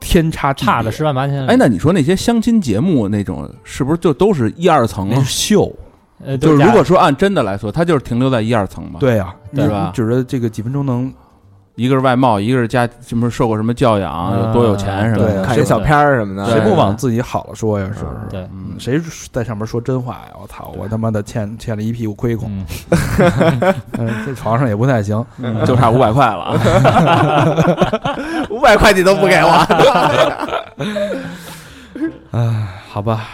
[SPEAKER 1] 天差地别
[SPEAKER 3] 差了十万八
[SPEAKER 1] 嗯
[SPEAKER 3] 千里。
[SPEAKER 4] 哎，那你说那些相亲节目那种，是不是就都是一二层
[SPEAKER 1] 那
[SPEAKER 4] 啊
[SPEAKER 1] 是？秀，
[SPEAKER 3] 呃，
[SPEAKER 4] 就
[SPEAKER 3] 都
[SPEAKER 4] 是
[SPEAKER 3] 假
[SPEAKER 4] 如
[SPEAKER 3] 的
[SPEAKER 4] 果说按真的来说，它就是停留在一二层嘛。，
[SPEAKER 1] 对呀、啊，
[SPEAKER 4] 嗯对
[SPEAKER 1] 你
[SPEAKER 4] 吧
[SPEAKER 1] 你指着这个几分钟能
[SPEAKER 4] 一个是外貌，一个是家什么受过什么教养，有多有钱什
[SPEAKER 1] 嗯
[SPEAKER 4] 么
[SPEAKER 1] 对
[SPEAKER 4] 的。
[SPEAKER 1] 啊
[SPEAKER 2] 看
[SPEAKER 3] 谁
[SPEAKER 2] 些小片儿什么
[SPEAKER 4] 对
[SPEAKER 1] 谁
[SPEAKER 2] 的，
[SPEAKER 1] 不往自己好了说呀？是不是？
[SPEAKER 3] 对，
[SPEAKER 4] 嗯
[SPEAKER 1] 谁在上面说真话呀？我操！我他妈的欠欠了一屁股亏空，
[SPEAKER 3] 嗯，
[SPEAKER 1] 嗯，这床上也不太 行。
[SPEAKER 4] 就差五百块了啊。
[SPEAKER 2] 五百块你都不给我，
[SPEAKER 1] 唉，好吧，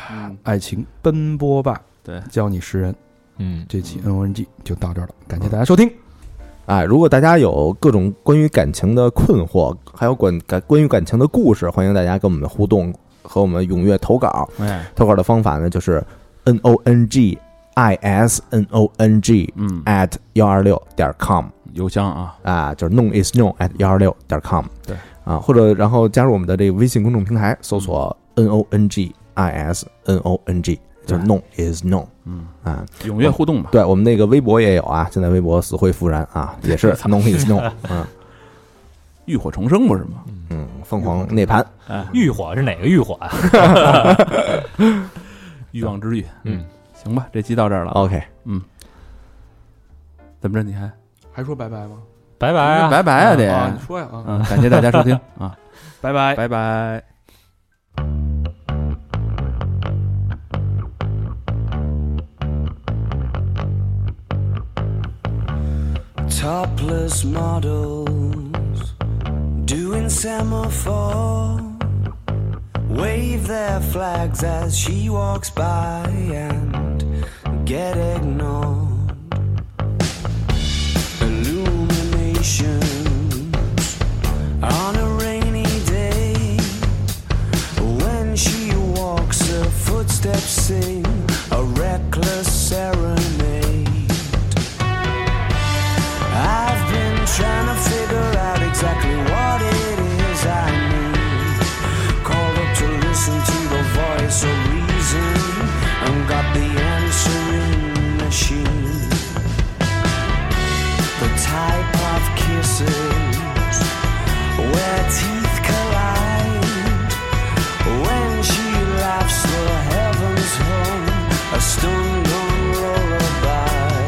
[SPEAKER 1] 爱情奔波吧，
[SPEAKER 4] 嗯对，
[SPEAKER 1] 教你识人。
[SPEAKER 3] 嗯，
[SPEAKER 1] 这期 N O N G 就到这儿了，感谢大家收听。
[SPEAKER 2] 哎，如果大家有各种关于感情的困惑，还有关感关于感情的故事，欢迎大家跟我们互动，和我们踊跃投稿。
[SPEAKER 1] 嗯
[SPEAKER 4] 哎，
[SPEAKER 2] 投稿的方法呢，就是 n o n g i s n o n g
[SPEAKER 4] 嗯，
[SPEAKER 2] at 幺二六点 com
[SPEAKER 4] 邮箱啊，
[SPEAKER 2] 啊，就是弄 is known at 幺二六点 com
[SPEAKER 4] 对
[SPEAKER 2] 啊，或者然后加入我们的这个微信公众平台，搜索 n o n g i s n o n g，就是弄 is known
[SPEAKER 4] 嗯，
[SPEAKER 2] 啊。
[SPEAKER 4] 踊跃互动吧。
[SPEAKER 2] 对我们那个微博也有啊，现在微博死灰复燃啊，也是弄 is no，嗯
[SPEAKER 4] 浴火重生不是吗？
[SPEAKER 2] 嗯，疯狂涅槃，
[SPEAKER 4] 哎，
[SPEAKER 3] 欲火是哪个欲火啊？
[SPEAKER 4] 欲望之欲。
[SPEAKER 3] 嗯，
[SPEAKER 4] 行吧，这期到这儿了。
[SPEAKER 2] OK，
[SPEAKER 4] 怎么着？你还
[SPEAKER 1] 还说拜拜吗？
[SPEAKER 3] 拜拜啊，
[SPEAKER 4] 拜拜啊，
[SPEAKER 1] 啊，你
[SPEAKER 4] 得。
[SPEAKER 1] 说呀啊，
[SPEAKER 4] 嗯，感谢大家收听啊，
[SPEAKER 1] 拜拜。
[SPEAKER 4] 拜拜。
[SPEAKER 5] Topless models doing semaphore wave their flags as she walks by and get ignored. Illuminations on a rainy day when she walks, her footsteps sing a reckless serenade. I've been trying to figure out exactly what it is I need. Called up to listen to the voice of reason and got the answering machine. The type of kisses where teeth collide. When she laughs, the heavens hum a stung lullaby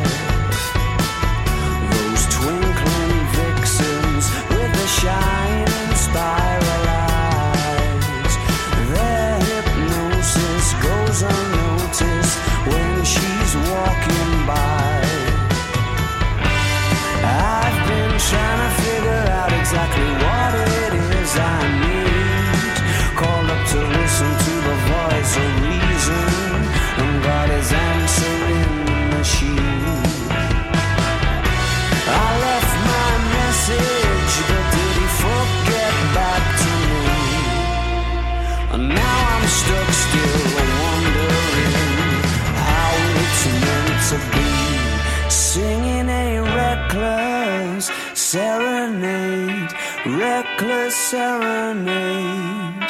[SPEAKER 5] those twinkling vixens with the shining spiral eyes. Their hypnosis goes unnoticed when she's walking by. I've been trying to figure out exactly what it is I need. Called up to listen to the voice of reason, and God is answering machine. I left my message, but did he forget back to me? And now I'm stuck still, wondering how it's meant to be. Singing a reckless serenade, reckless serenade.